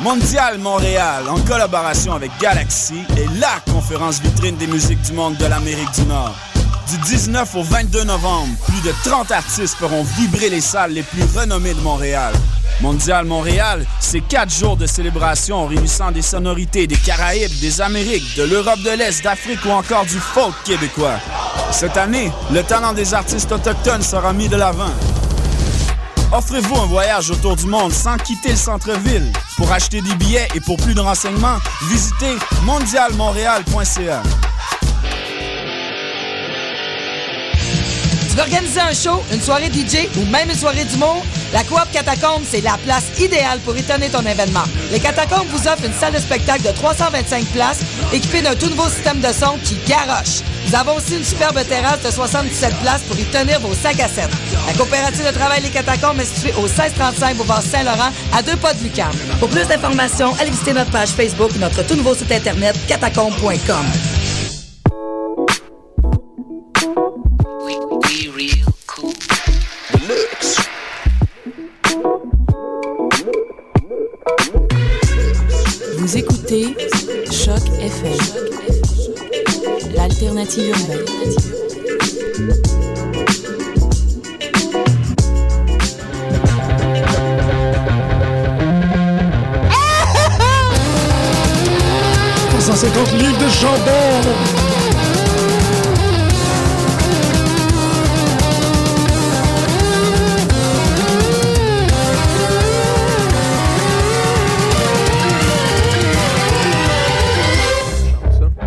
Mondial Montréal, en collaboration avec Galaxy, est la conférence vitrine des musiques du monde de l'Amérique du Nord. Du 19 au 22 novembre, plus de 30 artistes feront vibrer les salles les plus renommées de Montréal. Mondial Montréal, c'est quatre jours de célébration réunissant des sonorités des Caraïbes, des Amériques, de l'Europe de l'Est, d'Afrique ou encore du folk québécois. Cette année, le talent des artistes autochtones sera mis de l'avant. Offrez-vous un voyage autour du monde sans quitter le centre-ville. Pour acheter des billets et pour plus de renseignements, visitez mondialmontréal.ca. Tu veux organiser un show, une soirée DJ ou même une soirée d'humour? La Coop Catacombe, c'est la place idéale pour étonner ton événement. Les Catacombes vous offrent une salle de spectacle de 325 places équipée d'un tout nouveau système de son qui garoche. Nous avons aussi une superbe terrasse de 77 places pour y tenir vos 5 à 7. La coopérative de travail Les Catacombes est située au 1635 Boulevard Saint-Laurent, à deux pas de Lucarne. Pour plus d'informations, allez visiter notre page Facebook ou notre tout nouveau site internet catacombes.com. Vous écoutez Choc FM, l'alternative urbaine. Pour 150 livres de chandelle.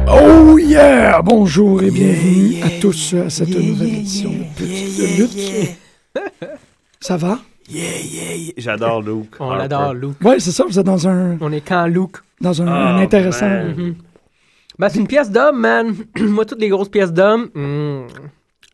Oh yeah! Bonjour et bienvenue à tous euh, à cette nouvelle édition de Petite Lutte. Ça va? J'adore Luke. On Harper. l'adore, Luke. Ouais, c'est ça, vous êtes dans un, On est quand Luke. Ah, dans un, Oh, un intéressant. man. Ben, c'est une pièce d'homme, man. Moi, toutes les grosses pièces d'homme, mm,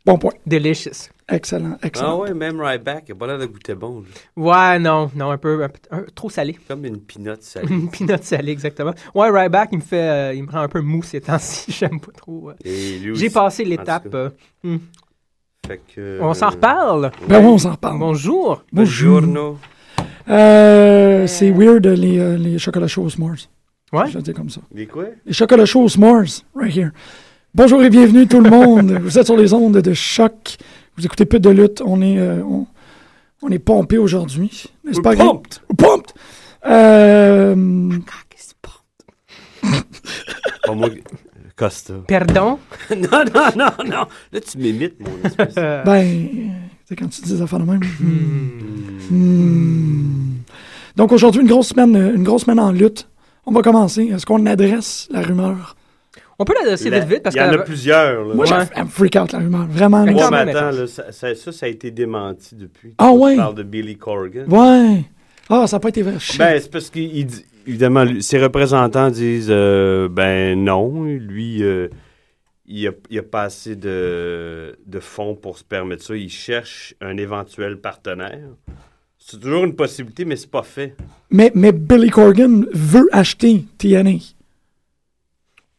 Bon point. delicious. Excellent, Ah excellent. ouais, même Ryback, il a pas l'air de goûter bon. là. Ouais, non, non, un peu, un peu- un- trop salé. Comme une pinotte salée. Une peanut salée, exactement. Ouais, Ryback, il me fait, euh, il me rend un peu mou ces temps-ci. J'aime pas trop. euh. Et lui J'ai aussi. passé En tout l'étape. cas, euh, fait que- euh, on s'en reparle. Ben ouais, on s'en parle. Bonjour. Buongiorno. Euh, c'est weird, les, euh, les chocolats chauds aux S'mores. Ouais. Je le dis comme ça. Les quoi? Les chocolats chauds aux S'mores, right here. Bonjour et bienvenue tout le monde. Vous êtes sur les ondes de choc. Vous écoutez peu de lutte. On est, euh, on, on est pompé aujourd'hui. N'est-ce pas? Greg? pumped. Pumped. Euh, Pas moi. Costa. Pardon. non, non, non, non. Là, tu m'imites, mon espèce. Ben, c'est quand tu dis des affaires de même. Hmm. Donc aujourd'hui, une grosse semaine, euh, une grosse semaine en lutte. On va commencer. Est-ce qu'on adresse la rumeur? On peut l'adresser La- vite vite parce Il y en que. a plusieurs. Là. Moi, Ouais. j'ai- elle me freak out la rumeur. Vraiment. Quand Moi, même, maintenant, attends. là, ça, ça, ça, ça a été démenti depuis. Ah On ouais? parle de Billy Corgan. Ouais. Ah, ça n'a pas été vrai. Shit. Ben, c'est parce qu'il il dit- évidemment, lui- ses représentants disent euh, ben non, lui, euh, il, a, il a pas assez de, de fonds pour se permettre ça. Il cherche un éventuel partenaire. C'est toujours une possibilité, mais c'est pas fait. mais, mais Billy Corgan veut acheter TNA.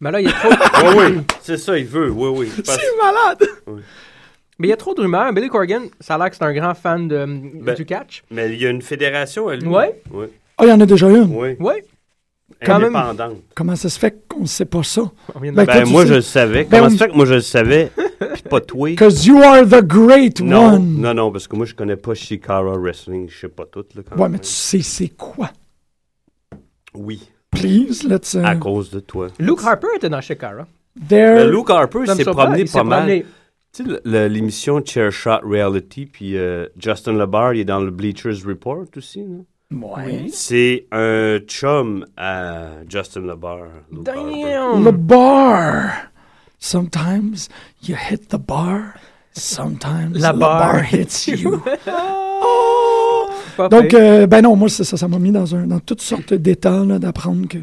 Mais ben là, il y a trop. Oui, oui, c'est ça, il veut. Oui, oui. Parce- C'est malade! Mais il y a trop de rumeurs. Billy Corgan, ça a l'air que c'est un grand fan de, Ben du catch. Mais il y a une fédération, elle. Ouais. Oui. Ah, il y en a déjà une. Oui. Ouais. Quand même. Indépendante. Comment ça se fait qu'on ne sait pas ça? On vient de Ben, le- toi, Ben, tu moi, sais- je le savais. Ben, Comment on- ça fait que moi, je le savais? Puis pas toi. Because you are the great Non, one. non, non, parce que moi, je connais pas Shikara Wrestling. Je sais pas tout, là, quand Ouais, mais même. tu sais, c'est quoi? Oui, Please, let's. à Hein. Uh, cause de toi. Luke Harper était dans Shakara. there. Le Luke Harper Ça me s'est surprend, promené il s'est pas mal. promené. Tu sais, le- le- l'émission Chair Shot Reality, puis euh, Justin Labar, il est dans le Bleachers Report aussi, non? Ouais. C'est un chum à Justin Labar. Luke Harper. Damn! The bar. Sometimes you hit the bar. Sometimes La the barre bar hits you. oh, Pas Donc, pire. euh, ben non, moi, c'est ça, ça m'a mis dans, un, dans toutes sortes d'états là, d'apprendre que,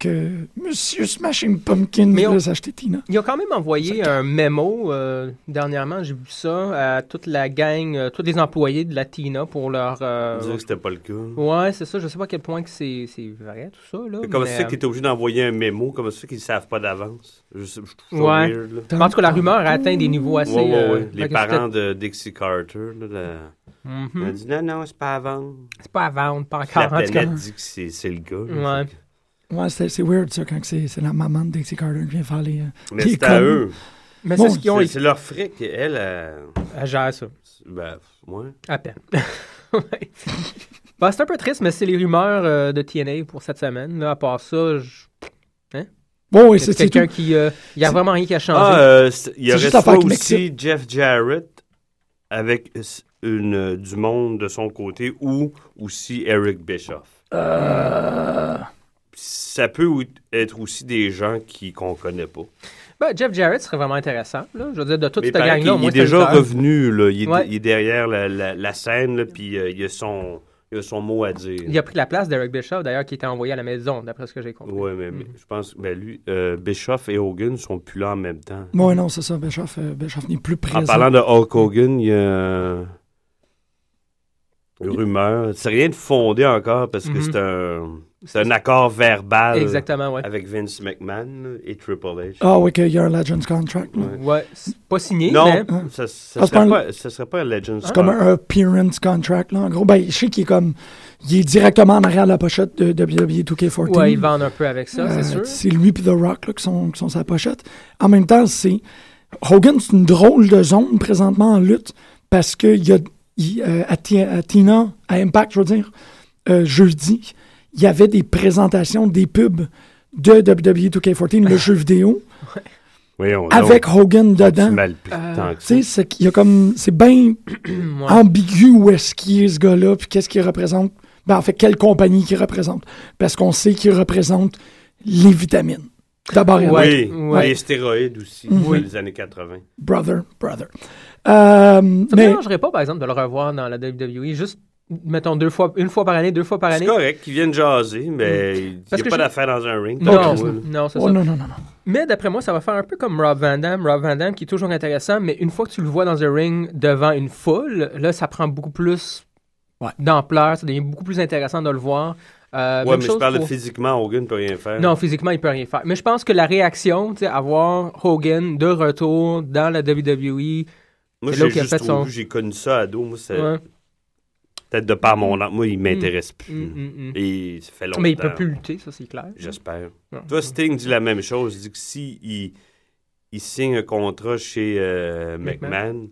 que Monsieur Smashing Pumpkin Mais on- voulait s'acheter Tina. Ils ont quand même envoyé un mémo euh, dernièrement, j'ai vu ça, à toute la gang, euh, tous les employés de Latina pour leur. euh, On dirait que c'était pas le cas. ouais, c'est ça. Je sais pas à quel point que c'est c'est vrai tout ça là. Comment mais, ça fait qu'ils étaient obligés d'envoyer un mémo? Comment ça fait qu'ils ne savent pas d'avance? Je, sais- je trouve ça Ouais. weird. Là. euh, mais en tout cas, la rumeur a atteint des niveaux assez. Ouais, ouais, euh, ouais. Les fait que parents de Dixie Carter, là, la- c'était- Mhm. elle a dit non, non, c'est pas avant. C'est pas à vendre, pas encore. La en tout cas. planète dit que c'est c'est le gars. là. Ouais. Fait que- Ouais, c'est, c'est weird, ça, quand c'est, c'est la maman de Dixie Carter qui vient faire les. euh, Mais les c'est à cons. eux. Mais Bon, c'est ce qu'ils ont. C'est c'est leur fric. Elle, elle, Elle gère ça. ben, ouais. À peine. Ouais. Bon, c'est un peu triste, mais c'est les rumeurs euh, de TNA pour cette semaine. Là, à part ça, je- Bon, oui, c'est, c'est c'est quelqu'un tout. qui. Il n'y a vraiment rien qui a changé. Ah, euh, c'est- il y C'est aurait juste ça affaire aussi avec Mexique. Jeff Jarrett avec s- une, euh, du monde de son côté ou aussi Eric Bischoff. Euh. Ça peut ou- être aussi des gens qui qu'on connaît pas. Ben, Jeff Jarrett serait vraiment intéressant. Là. Je veux dire, de toute Mais cette paraît qu'il- gang-là, au il moins, est c'est déjà lutteur. revenu. là. Il, est, Ouais. il est derrière la, la- la scène, là, puis euh, il, a son, il a son mot à dire. Il a pris la place d'Eric Bischoff, d'ailleurs, qui était envoyé à la maison, d'après ce que j'ai compris. Oui, mais mais je pense que ben, lui, euh, Bischoff et Hogan sont plus là en même temps. Ouais, non, c'est ça. Bischoff, euh, Bischoff n'est plus présent. En parlant de Hulk Hogan, il y a une rumeur. C'est rien de fondé encore parce que Mhm. c'est un, c'est un accord verbal Exactement, ouais. avec Vince McMahon et Triple H. Ah, oui, qu'il y a un Legends Contract. là. Ouais. Ouais, c'est pas signé, non, mais... ça, ça Ah, c'est serait pas- pas, ça serait pas un Legends. C'est comme un appearance contract, là. En gros, ben, je sais qu'il est comme. Il est directement en arrière de la pochette de E WWE 2K14. Ouais, ils vendent un peu avec ça, Euh, c'est sûr. c'est lui et The Rock là, qui, sont, qui sont sa pochette. En même temps, c'est. Hogan, c'est une drôle de zone présentement en lutte parce que il y a, il, euh, à, Ti- à Tina, à Impact, je veux dire, euh, jeudi, il y avait des présentations, des pubs de E WWE 2K14, Ah. le jeu vidéo, Voyons donc, avec Hogan c'est dedans. mal pris Euh, tant que ça. Tu sais, c'est qu'il y a comme. C'est bien ambigu où est-ce qu'il est, ce gars-là, puis qu'est-ce qu'il représente. Ben, en fait, quelle compagnie qu'il représente. Parce qu'on sait qu'il représente les vitamines. D'abord, et Oui, avant tout. Ouais, ouais. Mhm. les stéroïdes aussi, Oui. dans les années 80. brother, brother. Euh, Ça ne me mais dérangerait pas, par exemple, de le revoir dans la WWE, juste, mettons, deux fois, une fois par année, deux fois par C'est année. correct qu'ils viennent jaser, mais il n'y Mhm. Parce a que pas je- d'affaire dans un ring. tant Non, que moi, là. non, c'est oh, ça. non, non, non, non. Mais d'après moi, ça va faire un peu comme Rob Van Damme. Rob Van Damme qui est toujours intéressant, mais une fois que tu le vois dans The Ring devant une foule, là, ça prend beaucoup plus d'ampleur, ça devient beaucoup plus intéressant de le voir. Euh, Ouais, même mais je chose parle pour- physiquement, Hogan ne peut rien faire. Non, physiquement, il peut rien faire. Mais je pense que la réaction, tu sais, avoir Hogan de retour dans la E, WWE, Moi, C'est là j'ai qu'il a juste fait son- trouvé- j'ai connu ça à dos. Moi, c'est ouais. peut-être de par mon... Moi, il m'intéresse plus. Mm, mm, mm. Et ça fait longtemps. mais il peut plus lutter, ça, c'est clair. J'espère. Non. Toi, Sting dit la même chose. Il dit que si il, il signe un contrat chez euh, McMahon. McMahon,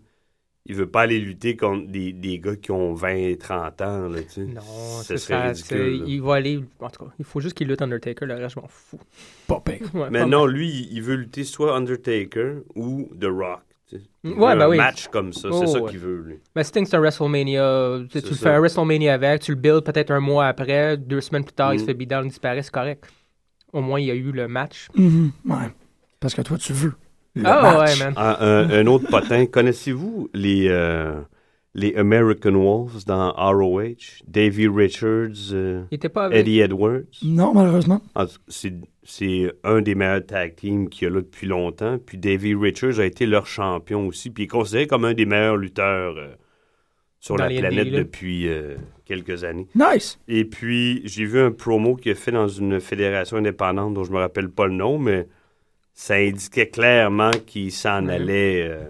il veut pas aller lutter contre des, des gars qui ont 20 et 30 ans. Là, tu sais. Non, Ce c'est ça. serait ridicule. c'est- là. Il va aller. En tout cas, il faut juste qu'il lutte Undertaker, le reste, je m'en fous. Pas pire. Ouais, Mais pas- non, lui, il- il veut lutter soit Undertaker ou The Rock. tu sais. Il Ouais, veut ben un oui. match comme ça, Oh, c'est ça ouais. qu'il veut. lui. Ben, Sting, c'est un WrestleMania. Tu, sais, C'est tu le ça. fais un WrestleMania avec, tu le builds peut-être un mois après, deux semaines plus tard, il se Mm. fait bidon, il disparaît, c'est correct. Au moins, il y a eu le match. Mhm, ouais. Parce que toi, tu veux. le Ah match. ouais, man. Ah, un, un autre potin. Connaissez-vous les, euh, les American Wolves dans ROH? Davey Richards, euh, Il était pas avec. Eddie Edwards. Non, malheureusement. En tout cas, C'est c'est un des meilleurs tag teams qu'il y a là depuis longtemps. Puis Davey Richards a été leur champion aussi. Puis il est considéré comme un des meilleurs lutteurs euh, sur Dans la les planète indies, là. depuis euh, quelques années. Nice. Et puis, j'ai vu un promo qu'il a fait dans une fédération indépendante dont je me rappelle pas le nom, mais ça indiquait clairement qu'il s'en Mhm. allait. euh,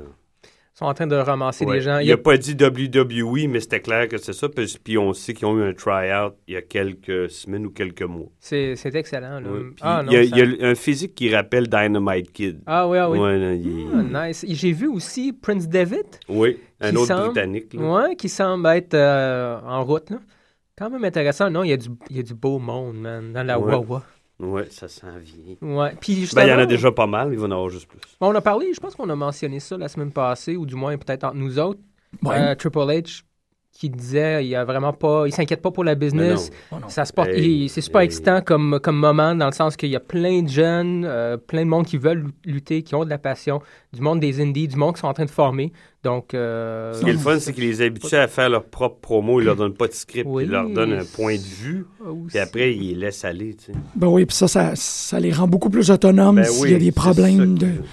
Ils sont en train de ramasser ouais. des gens. Il n'a pas dit WWE, mais c'était clair que c'est ça. Puis, puis on sait qu'ils ont eu un try-out il y a quelques semaines ou quelques mois. C'est c'est excellent. Là. Ouais. Puis ah, non, il y a, ça- il y a un physique qui rappelle Dynamite Kid. Ah oui, ah oui. Ouais, là, il- Ah, nice. J'ai vu aussi Prince David, oui, un Qui autre semble- Britannique. là. ouais, qui semble être euh, en route. Là. Quand même intéressant. Non, il y, a du, il y a du beau monde, man, dans la Ouais. Wawa. Ouais, ça s'en vient. Ouais. Puis Ben, il y en a justement, déjà pas mal, mais il va en avoir juste plus. On a parlé, je pense qu'on a mentionné ça la semaine passée, ou du moins peut-être entre nous autres. Ouais. Euh, Triple H qui disait il a vraiment pas il s'inquiète pas pour la business Oh non. ça se porte Hey, il- c'est super hey. excitant comme comme moment dans le sens qu'il y a plein de jeunes euh, plein de monde qui veulent lutter qui ont de la passion du monde des indies du monde qui sont en train de former donc euh, Ce qui est le fun, c'est qu'ils les habituent à faire leur propre promo. Ils leur donnent pas de script. Oui. Ah, Ils leur donnent un point de vue. aussi. Puis après, ils les laissent aller. tu sais. Ben oui, puis ça, ça, ça les rend beaucoup plus autonomes Ben s'il oui, y a des c'est problèmes ça de, que-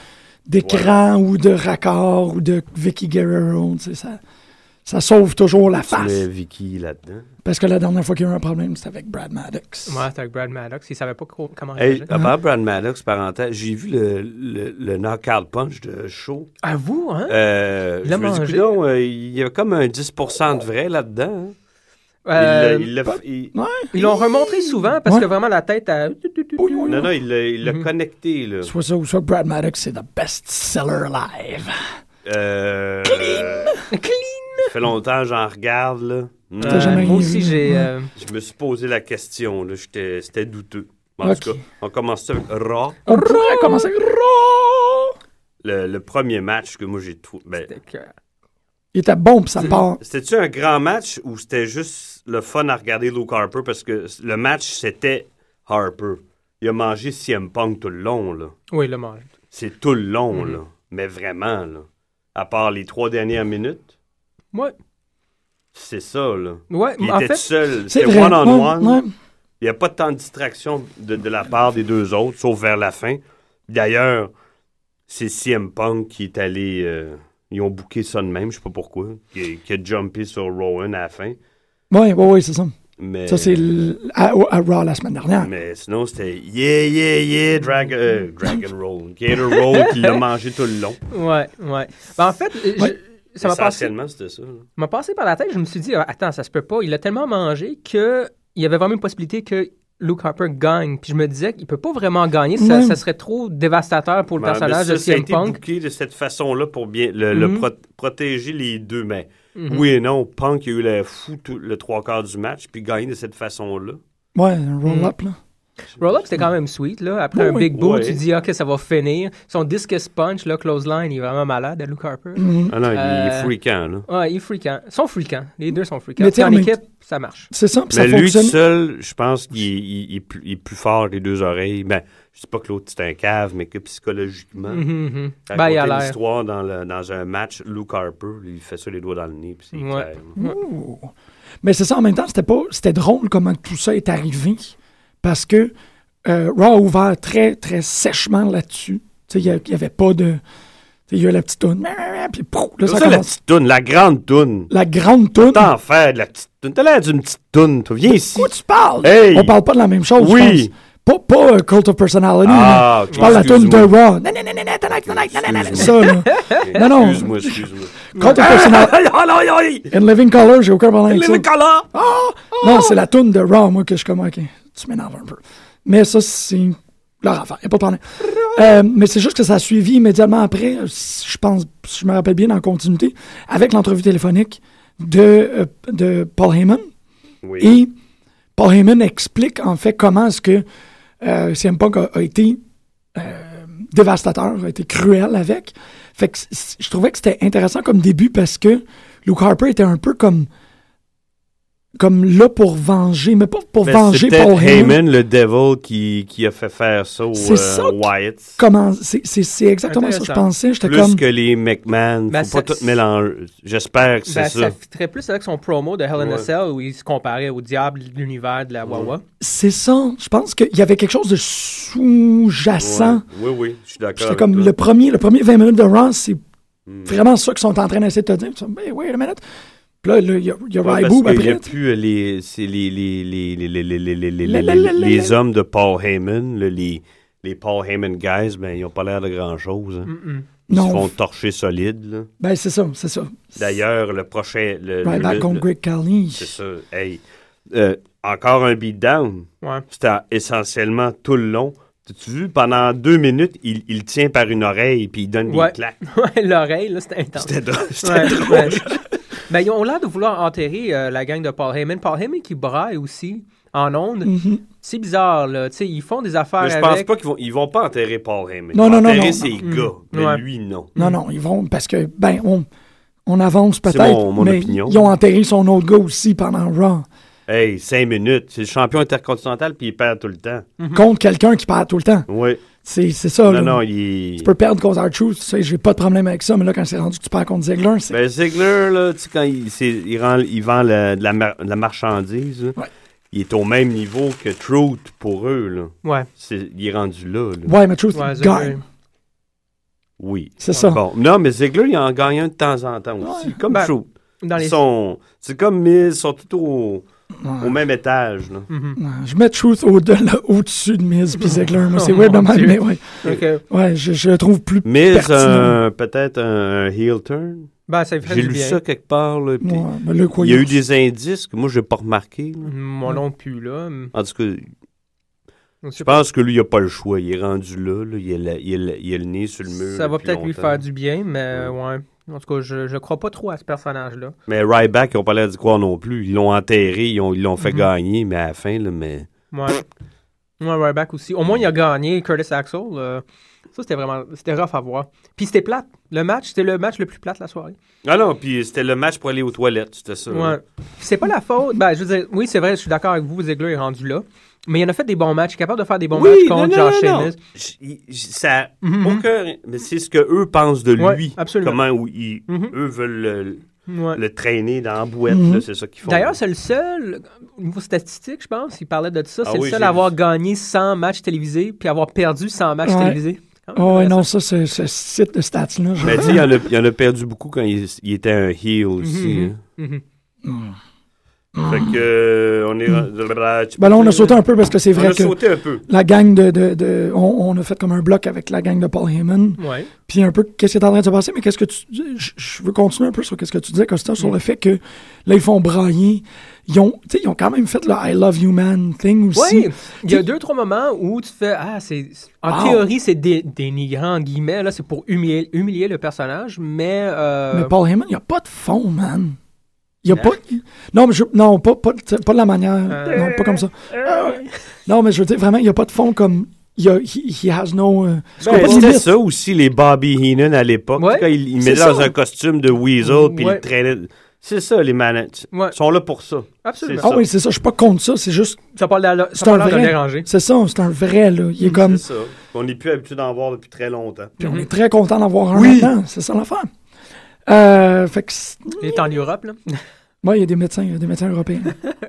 d'écran ou de raccord ou de Vicky Guerrero. tu sais, Ça, ça sauve toujours la Tu mets face. Vicky là-dedans. Parce que la dernière fois qu'il y a eu un problème, c'était avec Brad Maddox. ouais, c'est avec Brad Maddox il savait pas co- comment Hey, réagir à part Brad Maddox, parenthèse, j'ai vu le, le, le knockout punch de show. à vous hein Euh, Il a je me dis, mangé. coudonc, euh, il y a comme un 10 de vrai là-dedans. hein. Euh, il l'a- il l'a- il- ils l'ont remontré souvent parce Ouais. que vraiment la tête a non, non, il l'a il l'a Mhm. connecté. Là. Soit ça ou soit Brad Maddox, c'est the best seller alive. Euh, clean ça fait longtemps que j'en regarde. Là. Mm. T'as jamais moi rien aussi vu, j'ai ouais. euh, Je me suis posé la question. là. J'étais- C'était douteux. En Ok. tout cas, on commence ça avec Raw. On pourrait commencer avec Raw. Le, le premier match que moi j'ai trouvé. ben, euh, Il était bon, puis ça part. C'était-tu un grand match ou c'était juste le fun à regarder Luke Harper? Parce que le match, c'était Harper. Il a mangé CM Punk tout le long, là. oui le mange C'est tout le long, Mhm. là. Mais vraiment, là. À part les trois dernières minutes, ouais c'est ça, là. ouais Il en était fait tout seul. C'est C'était vrai. one-on-one. Ouais, ouais. Il n'y a pas tant de distraction de, de la part des deux autres, sauf vers la fin. D'ailleurs, c'est CM Punk qui est allé... euh, ils ont booké ça de même, je sais pas pourquoi, qui, qui a jumpé sur Rowan à la fin. Ouais, ouais, ouais, c'est ça. Mais... Ça, c'est l- à, au- à Raw la semaine dernière. Mais sinon, c'était yeah, yeah, yeah, drag- euh, Dragon Roll. Gator Roll qui l'a mangé tout le long. ouais ouais Ben, en fait je- Ouais. ça m'a passé Essentiellement, c'était ça. là. m'a passé par la tête, je me suis dit, Ah, attends, ça se peut pas. Il a tellement mangé que il y avait vraiment une possibilité que Luke Harper gagne. Puis je me disais qu'il peut pas vraiment gagner, ça, Ouais. ça serait trop dévastateur pour le Ben, Mais- mais personnage ça, de ça a CM été Punk. booké de cette façon-là pour bien le, le Mhm. pro- protéger les deux. Mais oui et non, Punk a eu le fou tout- le trois quarts du match, puis gagné de cette façon-là. Ouais, un Mm. roll-up, là. Roll-up, c'était quand même sweet, là. Après Oui, un oui. big boot, Ouais. tu dis, OK, ça va finir. Son disque punch, là, close line, il est vraiment malade, Luke Harper. Ah non, il est Euh, freakant, là. Ouais, il est fréquent. Ils sont fréquents. Les deux sont fréquents. Mais t'sais, en en même- équipe, ça marche. C'est ça, puis ça Mais lui tout fonctionne. seul, je pense qu'il est- il- il est, plus- il est plus fort les deux oreilles. Ben, je dis pas que l'autre c'est un cave, mais que psychologiquement, Mhm, Mm-hmm, mhm. T'as Ben, il a raconté une l'air. histoire dans, le- dans un match, Luke Harper, il fait ça les doigts dans le nez, puis c'est Ouais. clair. Mais c'est ça, en même temps, c'était pas c'était drôle comment tout ça est arrivé. Parce que euh, Raw a ouvert très, très sèchement là-dessus. Tu sais, il n'y avait pas de. tu sais, Il y a eu la petite toune. Puis prou, là, C'est ça ça, la commence. petite toune, la grande toune. La grande toune. T'en fais de la petite toune. T'as l'air d'une petite toune, toi. Viens ici. Où tu parles? Hey! On parle pas de la même chose, Oui. je pense. Pas, pas euh, Cult of Personality. Ah, là. ok, Je parle de la toune de excuse-moi. Raw. Non, non, non, non, non, tanak, tanak, non, non, non, non, Ça, là. Non, non. Excuse-moi, excuse-moi. Ah, Cult of Personality. Aïe, aïe, aïe, In Living Color, j'ai aucun problème avec ça. Ah! aïe. Nicolas! Non, c'est la toune de Raw, moi, que je comme, ok, tu m'énerves un peu. Mais ça, c'est leur affaire, y a pas de problème. Euh, mais c'est juste que ça a suivi immédiatement après, euh, si je pense, si je me rappelle bien, dans la continuité, avec l'entrevue téléphonique de, euh, de Paul Heyman. Oui. Et Paul Heyman explique, en fait, comment est-ce que euh, CM Punk a, a été euh, dévastateur, a été cruel avec. Fait que c- c- je trouvais que c'était intéressant comme début parce que Luke Harper était un peu comme comme là pour venger, mais pas pour Ben, c'est venger peut-être Paul Heyman. Heyman, le devil, qui, qui a fait faire ça aux C'est ça euh, qui- Wyatts. Comment c'est- C'est c'est exactement ça que je Intéressant. pensais. J'étais Plus comme que les McMahon. Ben, Faut ça- pas tout mélanger. J'espère que c'est Ben, ça. ça fitterait plus avec son promo de Hell in a Ouais. Cell où il se comparait au diable de l'univers de la Wawa. c'est ça. Je pense qu'il y avait quelque chose de sous-jacent. Ouais. Ah, Oui, oui, je suis d'accord. J'étais avec comme toi. le premier, le premier 20 minutes de Raw, c'est Hmm. vraiment ça qu'ils sont en train d'essayer de te dire. Tu fais, hey, wait a minute. Puis là, là, il y a, il y a Ouais, Raibu parce qu'il après. y a tu sais. plus euh, les, c'est les, les, les, les, les, les, les, les, les, La, la, les- la, la, les la. hommes de Paul Heyman, le- les, les Paul Heyman guys, ben, ils n'ont pas l'air de grand-chose. hein. Ils se Non. font torcher solide. là. Ben, c'est ça, c'est ça. D'ailleurs, le prochain... Le, Right le- back le- contre le- Greg Kelly. C'est ça. Hey, euh, encore un beatdown. Ouais. C'était essentiellement tout le long. Tu vu, pendant deux minutes, il, il tient par une oreille puis il donne Ouais. des claques. Ouais, l'oreille, là, c'était intense. C'était drôle. c'était Ouais, drôle. ouais. Ben, ils ont l'air de vouloir enterrer euh, la gang de Paul Heyman. Paul Heyman qui braille aussi en ondes. C'est bizarre, là. Tu sais, ils font des affaires Mm-hmm. Mais je pense avec... Mm. pas qu'ils vont, ils vont pas enterrer Paul Heyman. Non, Ils vont non, non, enterrer non. ses gars, mais Ouais. lui, non. Non, non, ils vont parce que, ben, on, on avance C'est peut-être, mon- mon mais opinion. ils ont enterré son autre gars aussi pendant Raw. Hey, cinq minutes. C'est le champion intercontinental, puis il perd tout le temps. Contre quelqu'un qui perd tout le temps. Mm. Oui. C'est c'est ça. Oh, là. Mhm. Non, non, il. Tu peux perdre contre R-Truth, tu sais, j'ai pas de problème avec ça, mais là, quand c'est rendu que tu perds contre Ziggler, c'est... Ben, Ziggler, là, tu sais, quand il, c'est- il rend- il vend la- de, la mar- de la marchandise, là, Ouais. il est au même niveau que Truth pour eux. Là. Ouais. C'est- il est rendu là. là. ouais, mais Truth Ouais, gagne. Ziggler. Oui. C'est ça. Bon. Non, mais Ziggler, il en gagne un de temps en temps aussi, comme Ben, Truth. Dans les... Ils sont- C'est comme Miz, ils sont tout au, au même étage. Hmm. Là. Ouais, Je mets Truth au- de- là, au-dessus de Miz puis Ziggler. Moi, c'est Oh weird de mon même, Dieu. mais ouais. Fait que, Ouais, je, je le trouve plus Miz, pertinent. un- peut-être un heel turn. ben, ça fait J'ai du lu bien. ça quelque part. là, puis Ouais, Hmm. mais le quoi, il y a eu des indices que moi, je n'ai pas remarqué. là. Mon long pu, là. mm, En tout cas, on sait Je pense que lui, il n'a pas le choix. Il est rendu là. là. Il, a la- il a la- il a le nez sur le mur. Ça va depuis peut-être lui longtemps. faire du bien, mais euh, ouais. En tout cas, je ne crois pas trop à ce personnage-là. Mais Ryback, ils n'ont pas l'air d'y croire non plus. Ils l'ont enterré, ils ont- ils l'ont Mm-hmm. fait Mhm. gagner, mais à la fin, là, mais. Ouais. ouais, Ryback aussi. Au moins, il a gagné Curtis Axel. euh, ça, c'était vraiment. C'était rough à voir. Puis c'était plate. Le match, c'était le match le plus plate de la soirée. Ah non, puis c'était le match pour aller aux toilettes, c'était ça. Ouais. C'est pas la faute. Ben, je veux dire, oui, c'est vrai, je suis d'accord avec vous, Ziggler est rendu là. Mais il en a fait des bons matchs. Il est capable de faire des bons matchs contre Josh Sheamus. J- il- j- Ça Mhm. aucun- Mais c'est ce que eux pensent de lui. Ouais, absolument. Comment où ils- Mhm. eux veulent le, Ouais. Mhm. le traîner dans la bouette, là, c'est ça qu'ils font. D'ailleurs, c'est le seul, au niveau statistique, je pense, il parlait de ça, Ah c'est oui, le seul j'ai à avoir vu. gagné 100 matchs télévisés puis avoir perdu 100 matchs Ouais. télévisés. C'est quand même Oh, ouais, non, intéressant. ça, ce, ce site de stats-là, je- Mais tu sais, il y en a- il y en a perdu beaucoup quand il, il était un heel aussi. hein. Mhm. Fait que, euh, on est. Ben là, on a sauté un peu parce que c'est On a vrai que sauté un peu. la gang de... de, de- on, on a fait comme un bloc avec la gang de Paul Heyman. Ouais. Puis un peu, qu'est-ce qui est en train de se passer? Mais qu'est-ce que tu. Je, je veux continuer un peu sur qu'est-ce que tu disais, Costa, Mm. sur le fait que là, ils font brailler. Ils ont, tu sais, ils ont quand même fait le I love you man thing aussi. Oui, il y a T'sais- deux, trois moments où tu fais Ah, c'est. En Wow. théorie, c'est dé- dénigrant, en guillemets, là, c'est pour humilier, humilier le personnage, mais. euh, Hein? Mais Paul Heyman, il n'y a pas de fond, man. Il n'y a pas. Non, mais je, non pas, pas, de- pas de la manière. Euh. Non, pas comme ça. Ah, Non, mais je veux dire, vraiment, il n'y a pas de fond comme. Il y a, he, he has no. euh, Ben, pas de c'était limite. ça aussi, les Bobby Heenan à l'époque. Ouais, Mm, Quand il, il c'est mettait dans ça. un costume de Weasel puis Ouais. il traînait. C'est ça, les manettes. Ouais. Ils sont là pour ça. Absolument. c'est Ah ça. oui, c'est ça, je suis pas contre ça, c'est juste. Ça parle de, la- ça C'est un parle de vrai. déranger. Mm, C'est ça, c'est un vrai, là. Il est comme. C'est ça. On n'est plus habitué d'en voir depuis très longtemps. Puis on est très content d'avoir un Mhm. Oui. maintenant, c'est ça l'affaire. Euh, fait que. c'est- Il est en Europe, là. Moi, il y a des médecins, il y a des médecins européens.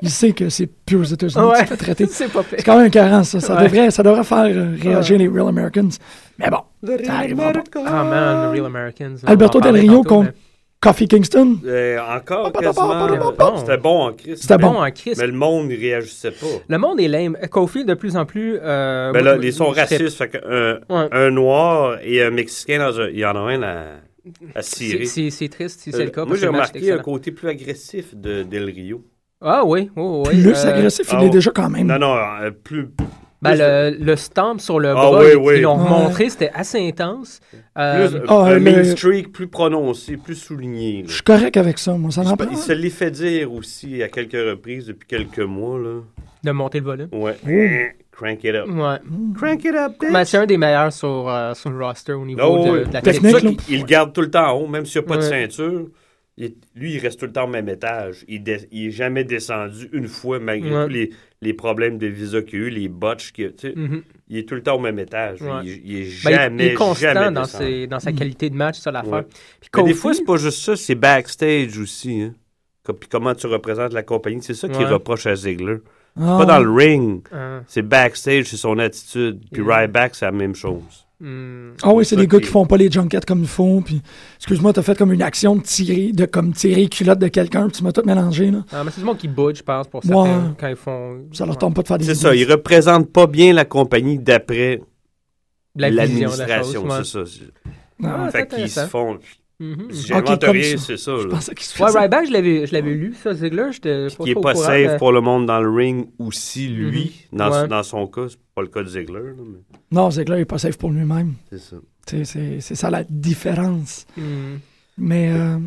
Il sait que c'est plus aux États-Unis que tu te fais traiter. c'est pas pire. C'est quand même une carence, ça. Ça, Ouais. devrait, ça devrait faire euh, réagir les Real Americans. Mais bon, ça arrivera pas. Ah, man, the Real Americans. là, Alberto on en Del parlait Rio tantôt, contre- mais Coffee Kingston, Euh, encore, pas de quasiment, pas de euh, pas de C'était bon hein. en Christ. C'était Bon, Ah, bon. en Christ. Mais le monde, il réagissait pas. Le monde est lame. Kofi, de plus en plus. Euh, Ben oui, là, oui, ils sont oui, c'est- racistes. Fait que, euh, Ouais. un noir et un mexicain dans un. Il y en a un à, à cirer. C'est- C'est c'est triste si c'est le Euh, cas. moi, parce que j'ai le match est remarqué euh, un excellent. côté plus agressif de Del Rio. Ah oui, oui, oui. plus euh, agressif, il ah, est ouais. déjà quand même. Non, non, euh, plus. ben, plus- le, le stamp sur le Ah bras, oui, ils- oui. ils l'ont Ouais. montré, c'était assez intense. Euh, Plus, Ah, un le- mean streak plus prononcé, plus souligné. là. Je suis correct avec ça, moi. Ça Il n'en se- prend- il se l'est fait dire aussi à quelques reprises depuis quelques mois. Là. de monter le volume. Ouais. Oh. Crank it up. Mm. Ouais. Crank it up, bitch. Ben, c'est un des meilleurs sur, euh, sur le roster au niveau Oh, de, ouais. de la C'est Technique, ça là. qu'il- il le garde tout le temps en haut, même s'il n'y a pas de Ouais. ceinture. il- lui, il reste tout le temps au même étage. Il n'est jamais descendu une fois, malgré Ouais. tous les, les problèmes de visa qu'il y a eu, les botches qu'il y a. tu sais. Mhm. Il est tout le temps au même étage. Ouais. Il, il est Ben, il- jamais, il est constant jamais dans, descendu. ses- dans Mm. sa qualité de match, ça l'affaire. Ouais. Puis Mais des Kofi- fois, c'est pas juste ça, c'est backstage aussi. Hein. Com- Puis comment tu représentes la compagnie, c'est ça qu'il Ouais. reproche à Ziegler. Ah. Pas dans le ring, Ah, c'est backstage, c'est son attitude. Puis Yeah. Ryback, c'est la même chose. hmm. Ah oui, c'est ça des gars qui- qui font pas les junkets comme il faut. Puis, excuse-moi, t'as fait comme une action de tirer, de comme tirer culotte de quelqu'un, puis tu m'as tout mélangé, là. Ah, mais c'est du monde qui bouge, je pense, pour Ouais. certains, quand ils font Ça leur tombe pas de faire des. C'est ça, il représente pas bien la compagnie d'après de la vision de la chose. l'administration, ouais. c'est ça. c'est- Ah, c'est fait qu'ils se intéressant. font. Mhm. Si j'invente comme rien, ça. c'est ça. Je là. pensais qu'ils se Ouais, faisaient- Ryback, je l'avais, je l'avais lu, ça, Ziggler. J'étais pas Qui est trop au pas courant, safe euh, mais- pour le monde dans le ring aussi, lui, Mm-hmm. dans, Ouais. dans son cas. C'est pas le cas de Ziegler, là, mais Non, c'est que là, il est pas safe pour lui-même. Hein? c'est ça. Tu sais, C'est c'est ça la différence. Hmm. Mais euh,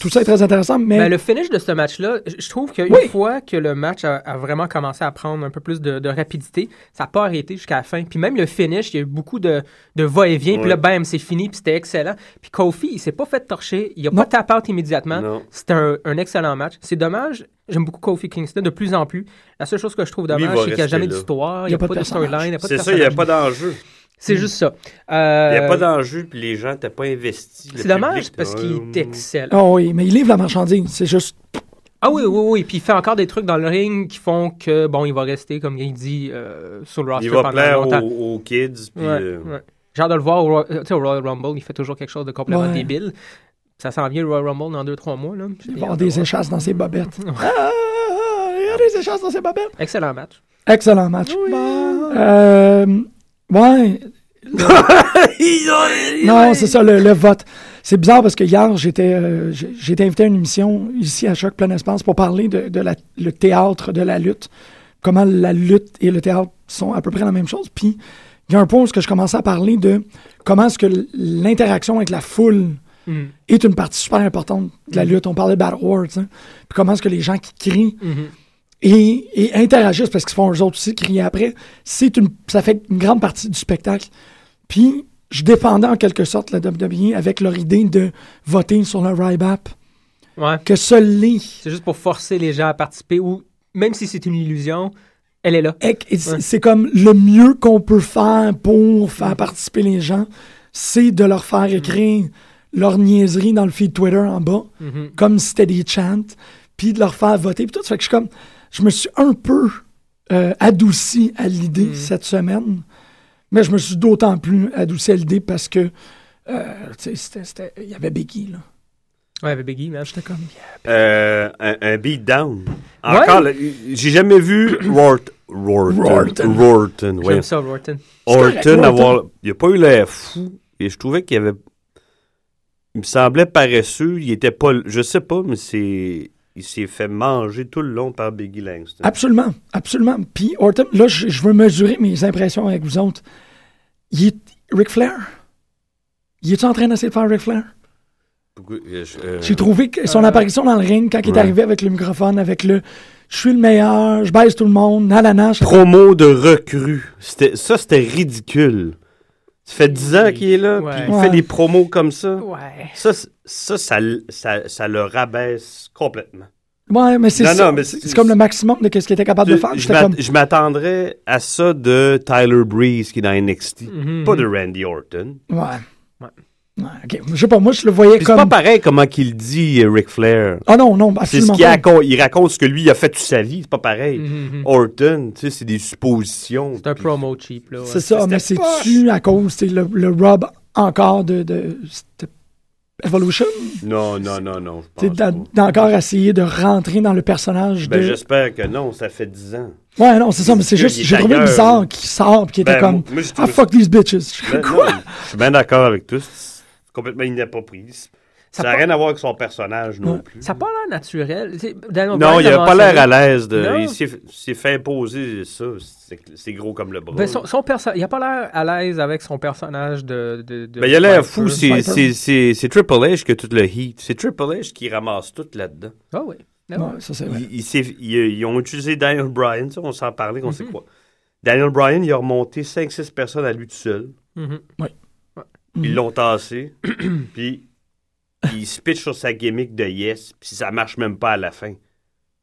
Tout ça est très intéressant, mais. Ben, le finish de ce match-là, je je trouve qu'une Oui. fois que le match a, a vraiment commencé à prendre un peu plus de, de rapidité, ça n'a pas arrêté jusqu'à la fin. Puis même le finish, il y a eu beaucoup de, de va-et-vient. Puis là, bam, c'est fini, puis c'était excellent. Puis Kofi, il s'est pas fait torcher. Il a Non. pas tapé out immédiatement. Non. C'était un, un excellent match. C'est dommage. J'aime beaucoup Kofi Kingston de plus en plus. La seule chose que je trouve Lui, il dommage, va c'est qu'il n'y a rester jamais là. d'histoire, il n'y a, pas de personnage. storyline, il n'y a pas de C'est ça, il n'y a personnage. pas d'enjeu. C'est juste ça. Il n'y a Euh, pas d'enjeu, puis les gens n'étaient pas investis. C'est dommage parce qu'il est excellent. Ah oui, mais il livre la marchandise. C'est juste. Ah oui, oui, oui. Puis il fait encore des trucs dans le ring qui font que, bon, il va rester, comme il dit, euh, sur le roster Il va pendant plaire longtemps. aux, aux kids. Puis, Ouais, euh, ouais. J'ai hâte de le voir au, Roy- euh, tu sais, au Royal Rumble. Il fait toujours quelque chose de complètement Ouais. débile. Ça s'en vient, le Royal Rumble, dans 2-3 mois. Là. J'ai Il va hâte avoir de des voir. échasses dans ses bobettes. Ah, ah, ah, il y a des échasses dans ses bobettes. Excellent match. Excellent match. Euh, ouais. non, c'est ça, le, le vote. C'est bizarre parce que hier, j'étais euh, j'ai- j'ai été invité à une émission ici à Choc Plein Espace pour parler de, de la- le théâtre de la lutte. Comment la lutte et le théâtre sont à peu près la même chose. Puis, il y a un point où est-ce que je commençais à parler de comment est-ce que l- l'interaction avec la foule est une partie super importante de la lutte. On parlait de Battle Wars. hein. Puis comment est-ce que les gens qui crient et, et interagissent parce qu'ils se font eux autres aussi crier après, c'est une, ça fait une grande partie du spectacle. Puis, je défendais en quelque sorte la WWE avec leur idée de voter sur le Ryback, Ouais. que seuls les. C'est juste pour forcer les gens à participer ou, même si c'est une illusion, elle est là. Et que- et c'est- C'est comme le mieux qu'on peut faire pour faire participer les gens, c'est de leur faire écrire leur niaiserie dans le feed Twitter en bas, comme si c'était des chants, puis de leur faire voter. Puis tout, ça fait que je suis comme, je me suis un peu euh, adouci à l'idée cette semaine, mais je me suis d'autant plus adouci à l'idée parce que, euh, tu sais, c'était- c'était- il y avait Becky, là. Ouais, avec Biggie, man. J'étais comme. euh, un, un beatdown. Encore, le- j'ai jamais vu Rort, Rorton. Rorton. Rorton, J'aime ouais. ça, Rorton. correct, Orton Orton. avoir. Il n'a pas eu l'air fou. Et je trouvais qu'il avait. Il me semblait paresseux. Il était pas. Je sais pas, mais c'est. Il s'est fait manger tout le long par Biggie Langston. Ah, Absolument, absolument. Puis Orton, là, je, je veux mesurer mes impressions avec vous autres. Il est, Ric Flair, il est en train d'essayer de faire Ric Flair? Pourquoi- euh, je- euh, J'ai trouvé que son apparition dans le ring, quand il est ouais. arrivé avec le microphone, avec le « je suis le meilleur, je baise tout le monde, nanana », je- Promo de recrue. C'était, ça, c'était ridicule. Ça fait 10 ans qu'il est là, Ouais. puis il Ouais. fait des promos comme ça. Ouais. Ça, c'est- ça, ça, l- ça, ça le rabaisse complètement. Ouais, mais c'est Non, ça. non, mais c'est- C'est comme le maximum de ce qu'il était capable Ah, de faire. je, J'étais m'att- comme, je m'attendrais à ça de Tyler Breeze qui est dans NXT, Mhm. pas de Randy Orton. ouais. Ouais, ok. Je sais pas, moi, je le voyais Puis C'est comme... pas pareil comment qu'il dit, euh, Ric Flair. Ah non, non, C'est ce absolument qu'il pas. raconte. Il raconte ce que lui il a fait toute sa vie. C'est pas pareil. Orton, tu sais, c'est des suppositions. Mhm, C'est un Puis- promo cheap, là. ouais. C'est ça, mais c'était c'est-tu à cause, c'est le, le rub encore de... de c'était Evolution Non, non, non, non. je pense T'sais, d'en- pas. d'encore essayer de rentrer dans le personnage Ben, de. j'espère que non, ça fait 10 ans. Ouais, non, c'est ça, mais c'est Il- juste, il est j'ai trouvé ailleurs, bizarre là. qu'il sort pis qu'il était Ben, comme moi- moi, j'ai Ah trouvé fuck these bitches. Ben, Quoi? non, je suis bien d'accord avec tous. C'est complètement inapproprié. Ça n'a pas- rien à voir avec son personnage non Ouais. plus. Ça n'a pas l'air naturel. C'est- Daniel Non, Bryan il n'a a pas l'air mentionné- à l'aise. De... Non. Il s'est f- s'est fait imposer ça. C'est- C'est gros comme le bras. Ben, son, son perso- il a pas l'air à l'aise avec son personnage de. de, de Ben, il a l'air fou. Piper. C'est Piper. c'est- c'est- c'est Triple H que tout le heat. C'est Triple H qui ramasse tout là-dedans. Ah oui. Ah oui. Ouais, ça c'est vrai. Ils, ils s'est- ils- ils ont utilisé Daniel Bryan. ça, on s'en parlait, on sait Mhm. quoi. Daniel Bryan, il a remonté 5-6 personnes à lui tout seul. Mhm. Ils l'ont tassé. puis il se pitch sur sa gimmick de yes. Puis ça marche même pas à la fin.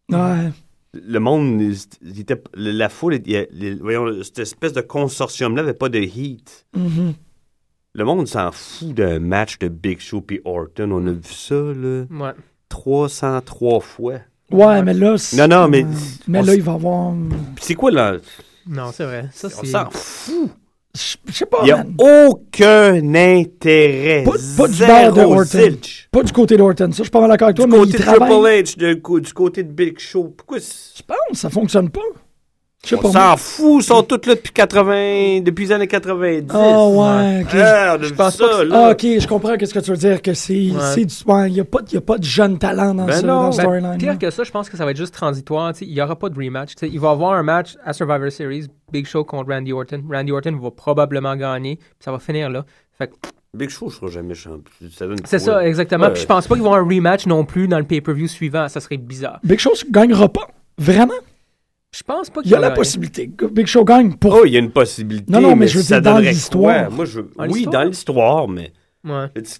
Ouais. le monde, il- il était- la foule, il y a- les- voyons, cette espèce de consortium-là n'avait pas de heat. Mhm. Le monde s'en fout d'un match de Big Show puis Orton. On a vu ça, là, Ouais. 303 fois. Ouais, mais là. c'est- Non, non, mais- ouais. Mais on là, s- il va avoir. Puis c'est quoi, là? Non, c'est vrai. Ça, On c'est. s'en fout. Je je sais pas, Il n'y a man. aucun intérêt. Pas, pas du bord Zéro de Orton. zilch. Pas du côté d'Orton. Ça, je suis pas mal d'accord avec toi, Du mais il côté de Triple travaille. H, de- co- du côté de Big Show. Pourquoi c'est- Je pense, ça fonctionne pas. Je sais pas. on moi. s'en fout? Ils sont tous là depuis, 80, depuis les années 90. Ah ouais, ok. Ah, on a Je vu pense pas ça, que- là. Ah, ok, je comprends qu'est-ce que tu veux dire, que c'est Ouais. c'est du. Ouais, il y a pas, il y a pas de jeune talent dans Ben ce non. dans Ben, ce storyline. là. Pire que ça, je pense que ça va être juste transitoire. tu sais, il n'y aura pas de rematch. Tu sais, il va y avoir un match à Survivor Series, Big Show contre Randy Orton. Randy Orton va probablement gagner. puis Ça va finir là. Fait que Big Show, je trouve jamais champion. Ça donne C'est quoi? ça, exactement. Ouais. Puis je pense pas qu'ils vont avoir un rematch non plus dans le pay-per-view suivant. Ça serait bizarre. Big Show gagnera pas. Vraiment? Je pense pas Il qu'ils y a vont la gagner. possibilité que Big Show gagne pour. Oh, il y a une possibilité. Non, non, mais je veux ça dire dans donnerait l'histoire. quoi? Moi, je veux- Dans Oui, l'histoire? dans l'histoire, mais. Ouais. Est-ce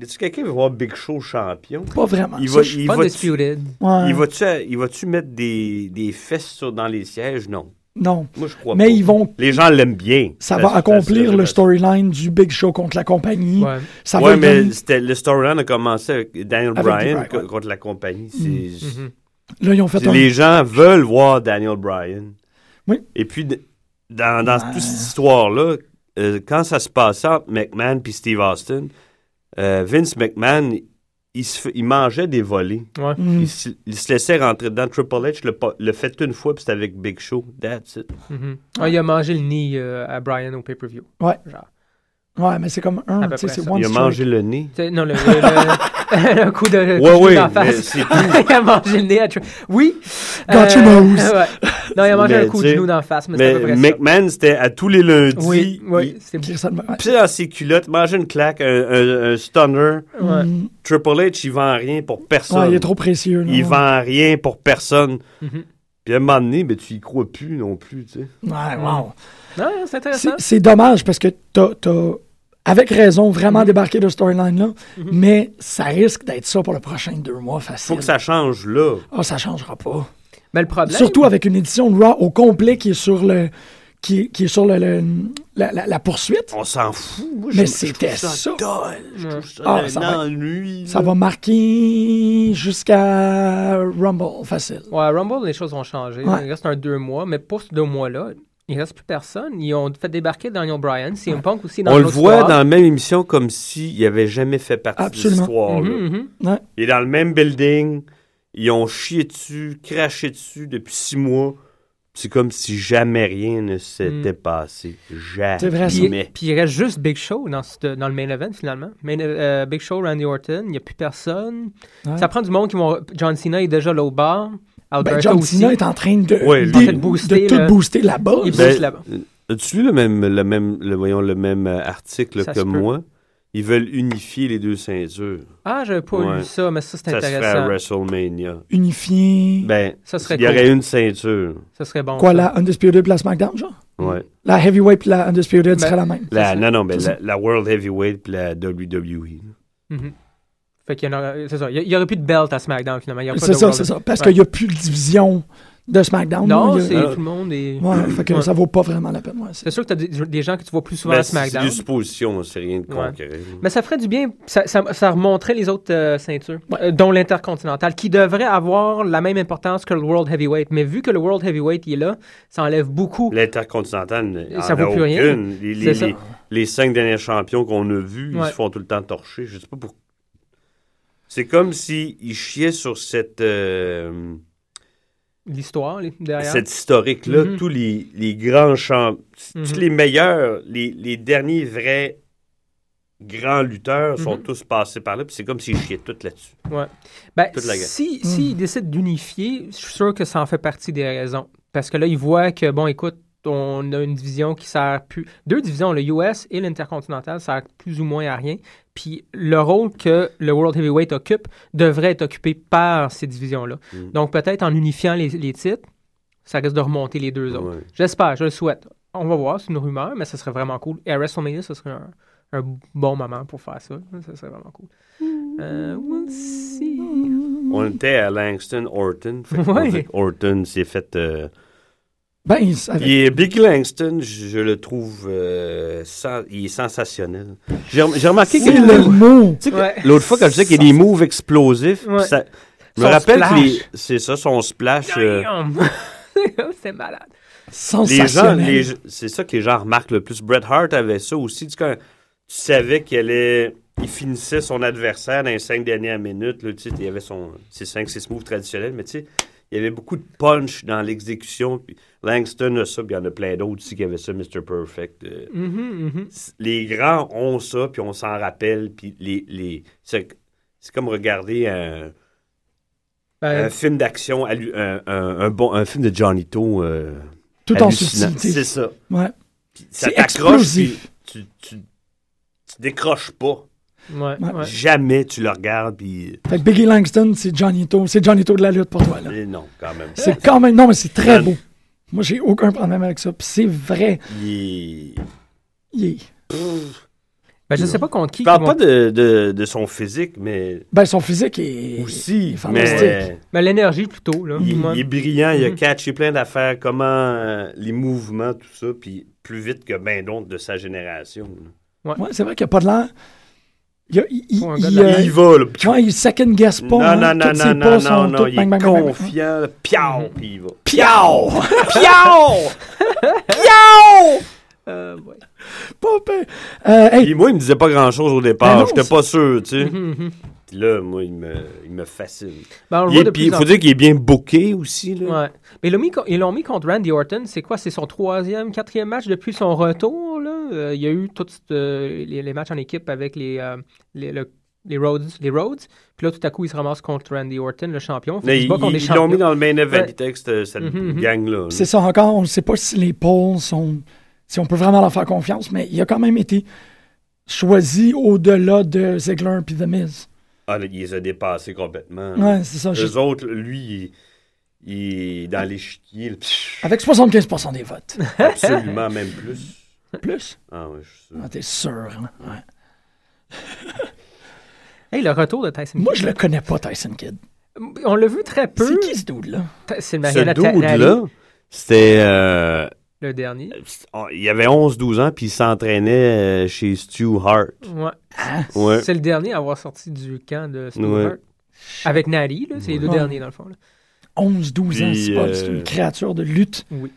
est-ce que quelqu'un veut voir Big Show champion? Pas vraiment. Il Ça, va, je- il Pas va disputed. ouais. il va-tu il va-tu mettre des, des fesses sur, dans les sièges? Non. Non. Moi, je crois Mais pas. ils vont- Les gens l'aiment bien. Ça La- va la- accomplir la- le storyline du Big Show contre la compagnie. Ouais. Ça ouais, va lui mais donner- c'était- le storyline a commencé avec Daniel Avec Bryan Bryan, co- ouais. contre la compagnie. C'est- Là, ils ont fait c'est- un. Les gens veulent voir Daniel Bryan. Oui. Et puis, d- dans, dans toute cette histoire-là, euh, quand ça se passait entre McMahon puis Steve Austin, euh, Vince McMahon, il, se fait- il mangeait des volets. Ouais. Mm. Il, se, il se laissait rentrer dedans. Triple H le, pa- le fait une fois, puis c'était avec Big Show. That's it. Mhm. Ah, il a mangé le nez euh, à Brian au pay-per-view. Ouais. Genre. Ouais, mais c'est comme un. À peu tu sais, près C'est ça. one il a strike. mangé le nez. C'est- Non, le, le- le- le coup de. le coup de Ouais, genou ouais, d'en mais face. c'est tout. il a mangé le nez à. Tri- Oui. euh, Got Euh, your nose. ouais. Non, il a mangé Mais un coup de tu sais, genou d'en face, mais, c'est à peu Mais près McMahon, c'était à tous les lundis. ça. Oui, oui. Il C'est Chris Hardman, ouais. pissait dans ses culottes, mangeait une claque, un, un- un stunner. ouais. Triple H, il vend rien pour personne. Ouais, il est trop Mm-hmm. précieux. là. Il vend rien pour personne. Mhm. Puis à un moment donné, ben, tu y crois plus non plus. tu sais. Ouais, wow. Non, c'est intéressant. C'est- C'est dommage parce que t'as, t'as, avec raison, Mhm. vraiment débarqué de ce storyline-là, mais ça risque d'être ça pour le prochain deux mois facile. faut que ça change là. Ah, ça changera pas. Mais le problème. Surtout avec une édition de Raw au complet qui est sur le qui, est- qui est sur le, le- la, la- la poursuite. On s'en fout. Moi, Mais je- je c'était trouve ça. Dole. Je trouve ça Ah, ça va- dans lui. Ça va marquer jusqu'à Rumble facile. Ouais, Rumble, les choses ont changé. Ouais. Il reste un deux mois, mais pour ces deux mois-là, il reste plus personne. Ils ont fait débarquer Daniel Bryan, CM Punk aussi dans On le l'autre voit soir. dans la même émission comme s'il n'avait jamais fait partie Absolument. de l'histoire. là. Mhm, mhm. Ouais. Il est dans le même building. Ils ont chié dessus, craché dessus depuis six mois. C'est comme si jamais rien ne s'était passé. Jamais. C'est vrai, ça. Puis, Mm. puis il reste juste Big Show dans, ce- dans le main event finalement. Main- euh, Big Show, Randy Orton, il n'y a plus personne. Ouais. Ça prend du monde qui vont. John Cena est déjà là au bar. Alberto Ben, John Ah, aussi. Cena est en train de, Ouais, lui. dé- En fait, de booster, tout là. booster là-bas. Il Ben, bouge là-bas. As-tu lu le même, le même, le, voyons, le même euh, article là, Ça que se peut. moi? Ils veulent unifier les deux ceintures. Ah, j'avais pas Ouais. lu ça, mais ça, c'est Ça se fait à intéressant. WrestleMania. Unifié. Ben, Ça serait il y aurait cool. une ceinture. Ça serait bon. Quoi, ça. la Undisputed et la SmackDown, genre? Ouais. La Heavyweight puis la Undisputed Ben, serait la même. Mm. ça. La, non, non, mais Ça, la, la World Heavyweight puis la E. WWE. Mhm. Fait qu'il y en aura- c'est ça. Il n'y aurait plus de belt à SmackDown finalement. Il y a pas C'est de ça, World- c'est ça. Parce Ouais. qu'il n'y a plus de division de SmackDown. là, Non, il y c'est a- tout le monde est. Ouais, fait que Ouais. ça vaut pas vraiment la peine. ouais, c'est- C'est sûr que t'as des, des gens que tu vois plus souvent Ben, à c'est c'est SmackDown. des suppositions, c'est rien de concret. Mais ça ferait du bien, ça, ça- ça remonterait les autres euh, ceintures, euh, dont l'intercontinental, qui devrait avoir la même importance que le World Heavyweight. Mais vu que le World Heavyweight il est là, ça enlève beaucoup. L'Intercontinental n'en Ça a vaut plus rien. aucune. Les, les- C'est ça. les- les cinq derniers champions qu'on a vus, Ouais. ils se font tout le temps torcher. Je sais pas pourquoi. C'est comme s'ils chiaient sur cette... euh, L'histoire les- derrière. Cet historique-là, Mhm. tous les, les grands champs, tous Mhm. les meilleurs, les, les derniers vrais grands lutteurs sont Mm-hmm. tous passés par là, puis c'est comme s'ils chiaient tout là-dessus. Ben, toute la guerre. si s'ils décident d'unifier, je suis sûr que ça en fait partie des raisons. Parce que là, ils voient que, bon, écoute, on a une division qui sert plus. Deux divisions, le US et l'Intercontinental, servent plus ou moins à rien. Puis le rôle que le World Heavyweight occupe devrait être occupé par ces divisions-là. Mm. Donc peut-être en unifiant les, les titres, ça risque de remonter les deux autres. Ouais. J'espère, je le souhaite. On va voir, c'est une rumeur, mais ça serait vraiment cool. Et à WrestleMania, ce serait un, un bon moment pour faire ça. Ça serait vraiment cool. Euh, we'll see. On était à Langston Orton. Fait que Ouais. on dit que Orton s'est fait. euh, Ben, il s- avec- Il est Big Langston, je, je le trouve. euh, sen- il est sensationnel. J'ai rem- j'ai remarqué que. c'est le mot. Tu sais que Ouais. L'autre fois, quand je disais qu'il y a des moves explosifs, Ouais. ça- je me Son rappelle que splash. les- c'est ça, son splash. euh, Damn! c'est malade. les gens, Sensationnel. les gens- c'est ça que les gens remarquent le plus. Bret Hart avait ça aussi. Tu, sais, quand tu savais qu'il allait- il finissait son adversaire dans les cinq dernières minutes. Là, tu sais, il y avait son, ses cinq, six moves traditionnels, mais tu sais, il y avait beaucoup de punch dans l'exécution. Puis Langston a ça, puis il y en a plein d'autres aussi qui avaient ça, Mr. Perfect. Euh, Mm-hmm, c- Les grands ont ça, puis on s'en rappelle. Puis les, les, c'est, c'est comme regarder un, Ben, Euh, un film d'action, allu- un, un- un bon, un film de Johnny To. euh, Tout en hallucinant. subtilité. C'est ça Ouais. ça C'est t'accroche, explosif. puis tu, tu, tu décroches pas. Ouais, ouais. Jamais tu le regardes, puis. Fait que Biggie Langston, c'est Johnny To. C'est Johnny To de la lutte pour toi, là. Eh Non, quand même. C'est quand même. Non, mais c'est très beau. Moi, j'ai aucun problème avec ça. Puis c'est vrai. Il- Il est- Ben, je sais pas contre qui. Je parle ils pas vont- de, de, de son physique, mais Ben, son physique est. aussi. fantastique. Mais Mais Ben, l'énergie plutôt. Là. il, Ouais. il est brillant, il a Mhm. catché plein d'affaires, comment euh, les mouvements, tout ça, puis plus vite que ben d'autres de sa génération. là. Ouais, c'est vrai qu'il n'y a pas de l'air. Il, y a- il, il, Ouais, un gars de il, la- euh, Il y va, là. ouais, il second guess pas. Non, hein. non, non, Toutes ses non, pas non, sont non, non, toutes il bang, est bang, bang, hein. Mhm. bang. confiant, là, piao, puis il va. Piao! Piao! Euh, ouais. Pas pire. Euh, hey, Puis moi, il me disait pas grand-chose au départ, Ben non, j'étais pas sûr, tu sais. Mhm, mhm. Puis là, moi, il me, il me fascine. Ben, on le Il voit est- de puis plus il en faut dire qu'il est bien booké aussi, là. Ouais. Mais ils l'ont mis, co- ils l'ont mis contre Randy Orton. C'est quoi? C'est son troisième, quatrième match depuis son retour. Là? Euh, il y a eu tous les, les matchs en équipe avec les, euh, les, le- les Rhodes, les Rhodes. Puis là, tout à coup, il se ramasse contre Randy Orton, le champion. Fait Mais qu'il se ils bat contre des ils l'ont mis champions. dans le main event, Ouais. ils textent, euh, cette Mhm, mhm. gang-là. là. c'est ça encore. On ne sait pas si les polls sont. Si on peut vraiment leur faire confiance, mais il a quand même été choisi au-delà de Ziggler puis The Miz. Ah, là, il les a dépassés complètement. Ouais, c'est ça. je- Eux autres, lui, il, il est dans l'échiquier. là, Ah, pfff, Avec 75% des votes. Absolument, même plus. Plus? Ah ouais, je suis sûr. Ah, t'es sûr. hein? Ouais. Hey, le retour de Tyson Moi, je le connais pas, Tyson Kidd. Kidd. On l'a vu très peu. C'est qui ce dude-là? Ben, Ta- C'est le Ce marionnette Rally, dude-là, c'était... euh, Le dernier. c'est- oh, il avait 11-12 ans, puis il s'entraînait euh, chez Stu Hart. Ouais. Hein? Ouais. C'est le dernier à avoir sorti du camp de Stewart. Ouais. Avec Nari, là, c'est les deux Ouais. derniers dans le fond. là. 11-12 ans, Puis, c'est pas du tout euh, une créature de lutte. Oui.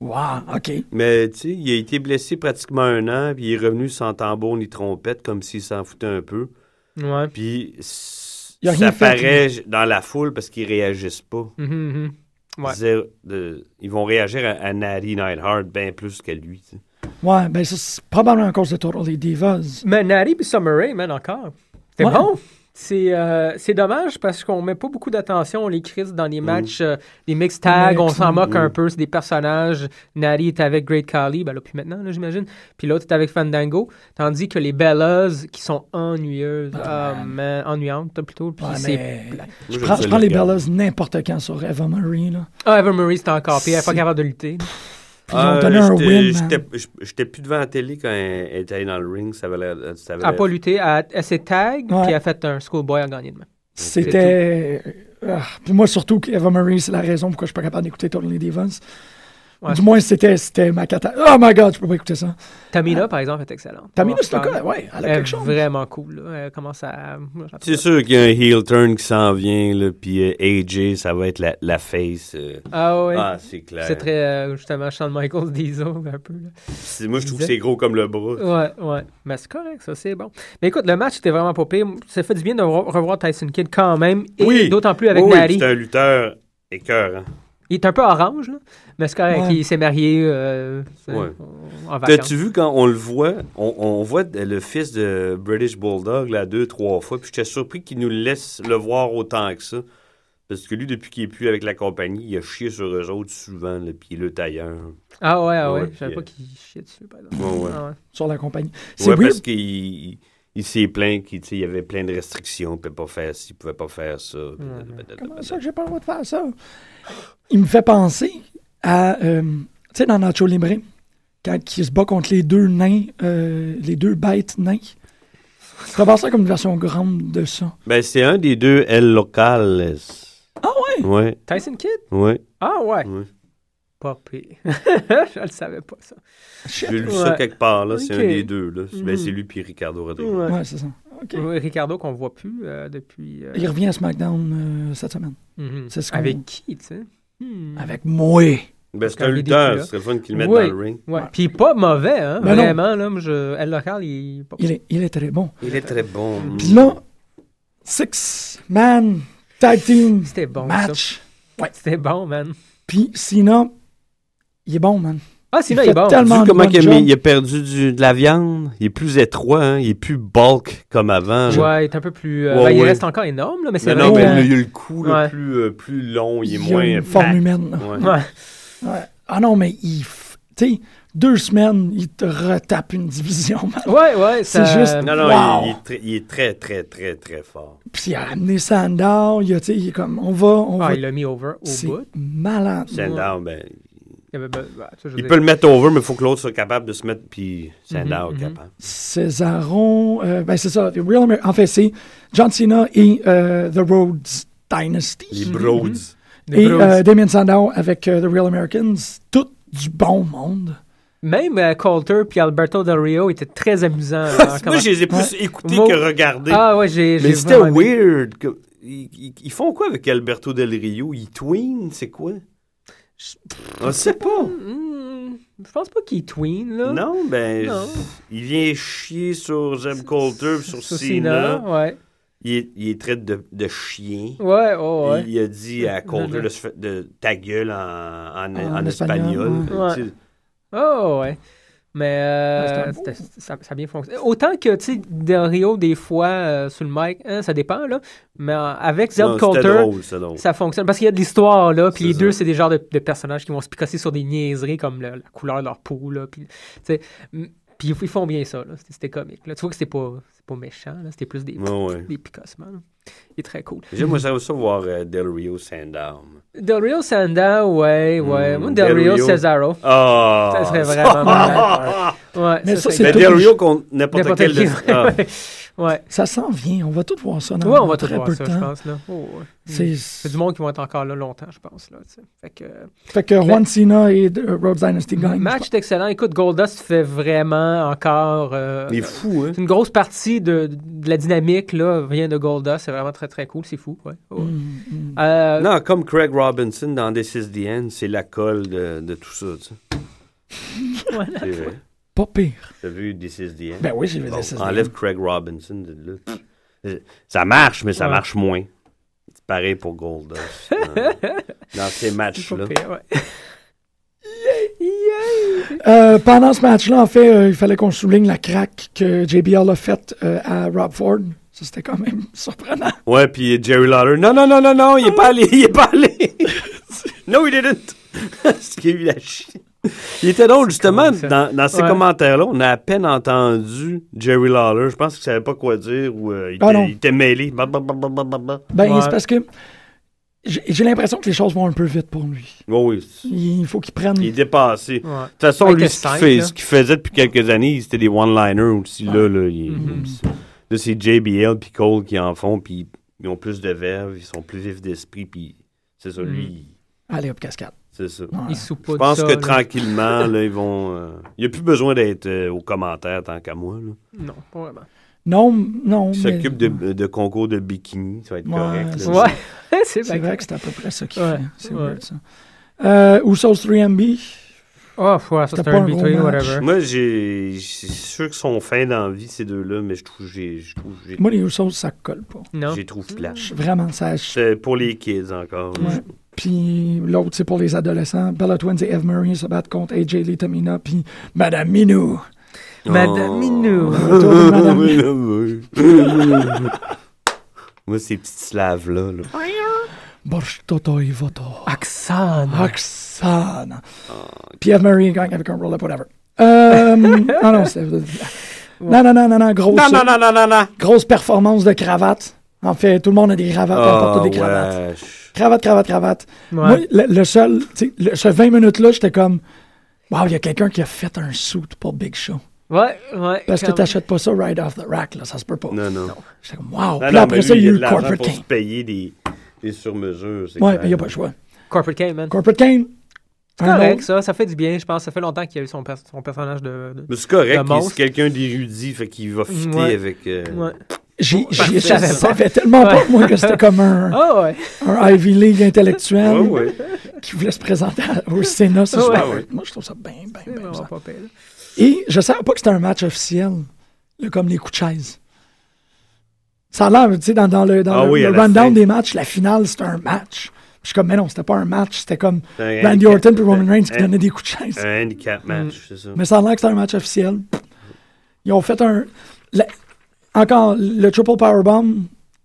Wow, OK. Mais tu sais, il a été blessé pratiquement un an, puis il est revenu sans tambour ni trompette, comme s'il s'en foutait un peu. Ouais. Puis Il a ça rien fait, paraît dans la foule parce qu'ils réagissent pas. Mhm, hum. mhm. Ouais. Zéro- de- ils vont réagir à, à Natty Neidhart bien plus qu'à lui. tu sais. Ouais, ben ça, c'est probablement à cause de Total les Divas. Mais Nari puis Summer Rae, man, encore. C'est Ouais. bon. C'est euh, c'est dommage parce qu'on met pas beaucoup d'attention, on les crise dans Mm. les matchs, euh, les mix tags, Les on mix, s'en moque mm. un peu, c'est des personnages. Nari est avec Great Khali, ben là, puis maintenant, là, j'imagine. Puis l'autre est avec Fandango. Tandis que les Bellas qui sont ennuyeuses, ah, man, ennuyantes plutôt. Puis Ouais, c'est. mais... Moi, Je ne prends, sais je prends les regarder. Bellas n'importe quand sur Eva Marie. Là. Ah, Ever Murray, c'est encore pire, elle est pas C'est- capable de lutter. Puis ils ont donné un Ah, j'étais- win. man. j'étais- j- J'étais plus devant la télé quand elle elle était allée dans le ring. Ça avait l'air- euh, ça avait Ah, Elle a l'air- pas lutté, elle, elle s'est tag, euh, Ouais. puis elle a fait un schoolboy à gagner demain. C'était. Ah, puis moi, surtout, Eva Marie, c'est la raison pourquoi je suis pas capable d'écouter Total les Divas. Ouais. Du moins, c'était c'était ma cata. Oh my god, je peux pas écouter ça. Tamina, par exemple, est excellente. Ah. Tamina, On va c'est le reparler. cas. Ouais, elle a Elle est quelque chose. vraiment cool. là. Elle commence à. moi, j'appelle C'est ça. sûr qu'il y a un heel turn qui s'en vient, là, puis euh, AJ, ça va être la, la face. euh. Ah ouais. Ah, c'est clair. c'est très euh, justement Shawn Michaels Diesel un peu. là. C'est- Moi, je trouve que Disait. c'est gros comme le bras. Ouais, ouais. Mais c'est correct, ça, c'est bon. Mais écoute, le match était vraiment pas pire. Ça fait du bien de re- revoir Tyson Kidd quand même. Et Oui. d'autant plus avec Oui, Nari. C'est un lutteur écœurant. Il est un peu orange, là. Mais c'est correct. Ouais. Il s'est marié euh, c'est- Ouais. en vacances. T'as-tu vu quand on le voit, on, on voit le fils de British Bulldog là deux, trois fois, puis j'étais surpris qu'il nous laisse le voir autant que ça. Parce que lui, depuis qu'il est plus avec la compagnie, il a chié sur eux autres souvent, là, puis il lutte ailleurs. Ah ouais, ah ouais. Ouais, Je savais puis, pas euh, qu'il chiait dessus, par exemple. Ouais, ouais. Ah ouais. sur la compagnie. C'est Ouais, weird. parce qu'il il, s'est plaint qu'il tu sais, il y avait plein de restrictions, il pouvait pas faire ci, il pouvait pas faire ça. Mm. Comment ça que j'ai pas le droit de faire ça? Il me fait penser à. euh, tu sais, dans Nacho Libre, quand il se bat contre les deux nains, euh, les deux bêtes nains. Je comprends ça comme une version grande de ça. Ben, c'est un des deux El Locales. Ah ouais? Ouais, Tyson Kidd? ouais. Ah ouais. Ouais. Pas pire. je le savais pas, ça. Shit. J'ai lu ça Ouais. quelque part, là. C'est Ok. un des deux, là. Ben, Mhm. c'est lui puis Ricardo Rodriguez. Ouais. Ouais, c'est ça. OK. Oui, Ricardo qu'on voit plus euh, depuis. euh, Il revient à SmackDown euh, cette semaine. mhm. c'est ce qu'on- Avec qui, tu sais? Hmm. Avec moi. Ben, c'est Quand un il est plus lutteur, là. ce serait le fun qu'il le mette Ouais. dans le ring. Ouais. Puis il est pas mauvais, hein? Ben non. vraiment, là. moi, Je... El Local, il est pas Il est, il est très bon. Il est très bon. Puis là, Six Man Tag Team C'était bon, ça. Match. C'était bon, man. Puis Cena, il est bon, man. Ah, sinon, Il il, est fait bon. tellement- Vu comment bonne il a, mis- job. il a perdu du- de la viande, il est plus étroit, hein, il est plus bulk comme avant. là. Ouais, il est un peu plus. euh, Ouais, ben, Il ouais. reste encore énorme, là, mais c'est vrai Non, non, que- mais que- il a le cou là, Ouais. plus, euh, plus long, il est a moins. une forme fat. humaine. là. Ouais. Ouais. Ouais. Ah non, mais il. f- Tu sais, deux semaines, il te retape une division. man. Ouais, ouais, C'est ça- Ah, juste- Non, non, Wow. il, il est très- il est très, très, très, très fort. Puis il a amené Sandow, il, a, tu sais, il est comme, on va, on Ah, va. il l'a mis over au C'est bout. malade. Sandow, ben, Il, avait- ben, ben, ça, je veux il dire, Mhm, peut le mettre over, mais il faut que l'autre soit capable de se mettre, puis Sandow est capable. Césaron, euh, ben c'est ça. The Real Amer- en fait, c'est John Cena et euh, The Rhodes Dynasty. Les Broads. des Et Bruins. euh, Damien Sandow avec euh, The Real Americans. Tout du bon monde. Même euh, Coulter puis Alberto Del Rio étaient très amusants. là, comment- Moi, je les ai plus écoutés Mo- que regardés. Ah ouais, j'ai. mais j'ai c'était vraiment aimé. weird. que- Ils, ils- ils font quoi avec Alberto Del Rio? Ils tween, c'est quoi? On sait pas. Hmm, je pense pas qu'il tween, là. Non, ben, Non. il vient chier sur Zeb Coulter, sur Sur Cena. Ouais. Il, est- il est traite de, de chien. Ouais, oh, ouais. Il a dit à Coulter non. de, se fa- de ta gueule en, en, en En espagnol, espagnol. ouais. Tu sais, Oh, ouais. Mais euh, Ouais, c'était Ah, un beau- c'était- ça, ça a bien fonctionné. Autant que, tu sais, Del Rio, des fois, euh, sur le mic, hein, ça dépend, là. Mais euh, avec non, Zeb c'était Coulter, drôle, c'était drôle. ça fonctionne. Parce qu'il y a de l'histoire, là. Puis C'est les ça. deux, c'est des genres de, de personnages qui vont se picasser sur des niaiseries comme le- la couleur de leur peau, là. Puis, tu sais, m- puis ils font bien ça, là. C'était- C'était comique. Là. Tu vois que c'était pas, c'est pas méchant, là. C'était plus des, Ouais, ouais. des picassements. là. Il est très cool. J'aimerais ça aussi voir euh, Del Rio Sandown. Del Rio Sandow, ouais, ouais. Mm, Moi, Del Del Rio Rio. Cesaro. Ah! Ça serait vraiment malade, Ouais, Mais ça, Mais c'est Del tout. Rio contre n'importe n'importe quel... qui. de- Ah. ouais. ouais. Ça s'en vient. On va tout voir ça dans Ouais, on va très tout voir peu ça, de je temps. pense. Là. Oh, ouais. C'est- C'est du monde qui va être encore là longtemps, je pense. Là, tu sais. fait que, euh, Fait que Juan Cena et euh, Rhodes Dynasty gagnent. match est excellent. Écoute, Goldust fait vraiment encore. euh, Il est fou, hein? c'est une grosse partie de, de la dynamique là, vient de Goldust. C'est vraiment très, très cool. C'est fou. Ouais. Oh, Ouais. Euh, Non, comme Craig Robinson dans This is the End, c'est la colle de, de tout ça, tu sais. C'est vrai. Pas pire. T'as vu This is the End? Ben oui, j'ai vu Bon, ça. enlève Craig Robinson de là. Pff, euh, Ça marche, mais ça Ouais. marche moins. C'est pareil pour Goldust. dans, dans ces c'est matchs-là. pas pire, ouais. Yay! Yay! Euh, pendant ce match-là, en fait, euh, il fallait qu'on souligne la craque que JBL a faite euh, à Rob Ford. Ça, c'était quand même surprenant. Ouais, puis Jerry Lawler. Non, non, non, non, non, il est pas allé, il est pas allé. no, he didn't. Ce qui a eu la chienne. Il était drôle, justement, Comment ça? dans, dans ces Ouais. commentaires-là, on a à peine entendu Jerry Lawler. Je pense qu'il savait pas quoi dire ou euh, il, Ah était, non. il était mêlé. Ba, ba, ba, ba, ba, ba, ba. Ben, Ouais. c'est parce que j'ai j'ai l'impression que les choses vont un peu vite pour lui. Oh oui, c'est- Il faut qu'il prenne. il est dépassé. De Ouais. toute façon, Ouais, lui, t'es ce qu'il, cinq, fait- là. ce qu'il faisait depuis quelques années, c'était des one-liners aussi. Là, là, il- Mm-hmm. là, c'est JBL puis Cole qui en font, puis ils ont plus de verve, ils sont plus vifs d'esprit, puis c'est Mm-hmm. ça, lui, il- Allez, hop, cascade. c'est ça. Il soupe Je pense que tranquillement, là, ils vont. euh, Il n'y a plus besoin d'être euh, aux commentaires tant qu'à moi. Là. Non, pas vraiment. Non, non. Ils mais- s'occupent de, de concours de bikini, ça va être Ouais, correct. c'est là. Ouais, c'est C'est vrai. vrai que c'est à peu près ça qu'il Ouais, fait. C'est ouais. weird, ça. Euh, Usos 3MB. Oh, ouais, ça C'était c'est pas un un gros B3, match. whatever. Moi, j'ai. C'est sûr qu'ils sont fins dans la vie, ces deux-là, mais je trouve j'ai, je trouve j'ai, Moi, les Usos, ça colle pas. Non. j'ai trouve flash. Je- Vraiment, ça. je- C'est pour les kids encore. Ouais. Puis l'autre, c'est pour les adolescents. Bella Twins et Eve Murray se battent contre AJ Lee Tamina. Puis Madame Minou. Oh. Madame Minou. Retour de Madame Minou. Moi, ces petites slaves-là. là. Oh, Borsch Toto et Voto. Axan. Roxana. Puis Eve Murray gagne avec un roll-up, whatever. Euh, non, non, c'est. Non, non, non, non, non, grosse, Non, non, non, non, non, non. grosse performance de cravate. En fait, tout le monde a des cravates, on porte Ah, des cravates. ouais. Cravate, cravate, cravate. Moi, le, le seul, tu sais, le- ce 20 minutes-là, j'étais comme, wow, il y a quelqu'un qui a fait un suit pour Big Show. Ouais, ouais. Parce que quand- t'achètes pas ça right off the rack, là, ça se peut pas. Non, non. J'étais comme, wow. Non, Puis non, après mais ça, lui, il y a eu de le l'argent Corporate pour se Kane. payer des, des surmesures. c'est Ouais, clair. mais il n'y a pas le choix. Corporate K, man. Corporate Kane. C'est un correct, autre. ça. Ça fait du bien, je pense. Ça fait longtemps qu'il y a eu son, pers- son personnage de. de- Mais c'est correct, Le il- monstre. c'est quelqu'un d'érudit, fait qu'il va fitter Ouais. avec. euh, Ouais. J'ai- j'ai- je Je savais pas. savais tellement pas, Ouais. moi, que c'était comme un, Ah, ouais. un Ivy League intellectuel Ah Ouais, ouais. qui voulait se présenter à- au Sénat. Ça, Ouais, je me- Oh. Ah ouais. Moi, je trouve ça bien, bien, C'est bien vraiment bizarre. pas pire, là. Et je savais pas que c'était un match officiel, là, comme les coups de chaise. Ça a l'air, tu sais, dans, dans le, dans Ah le, oui, le à la fin. rundown des matchs, la finale, c'était un match. Puis Je suis comme, mais non, c'était pas un match, c'était comme Un Randy handicap, Orton puis Roman un- Reigns qui un- donnaient des coups de chaise. Un handicap match, c'est ça. Mais ça a l'air que c'était un match officiel. Ils ont fait un. la- encore, le triple powerbomb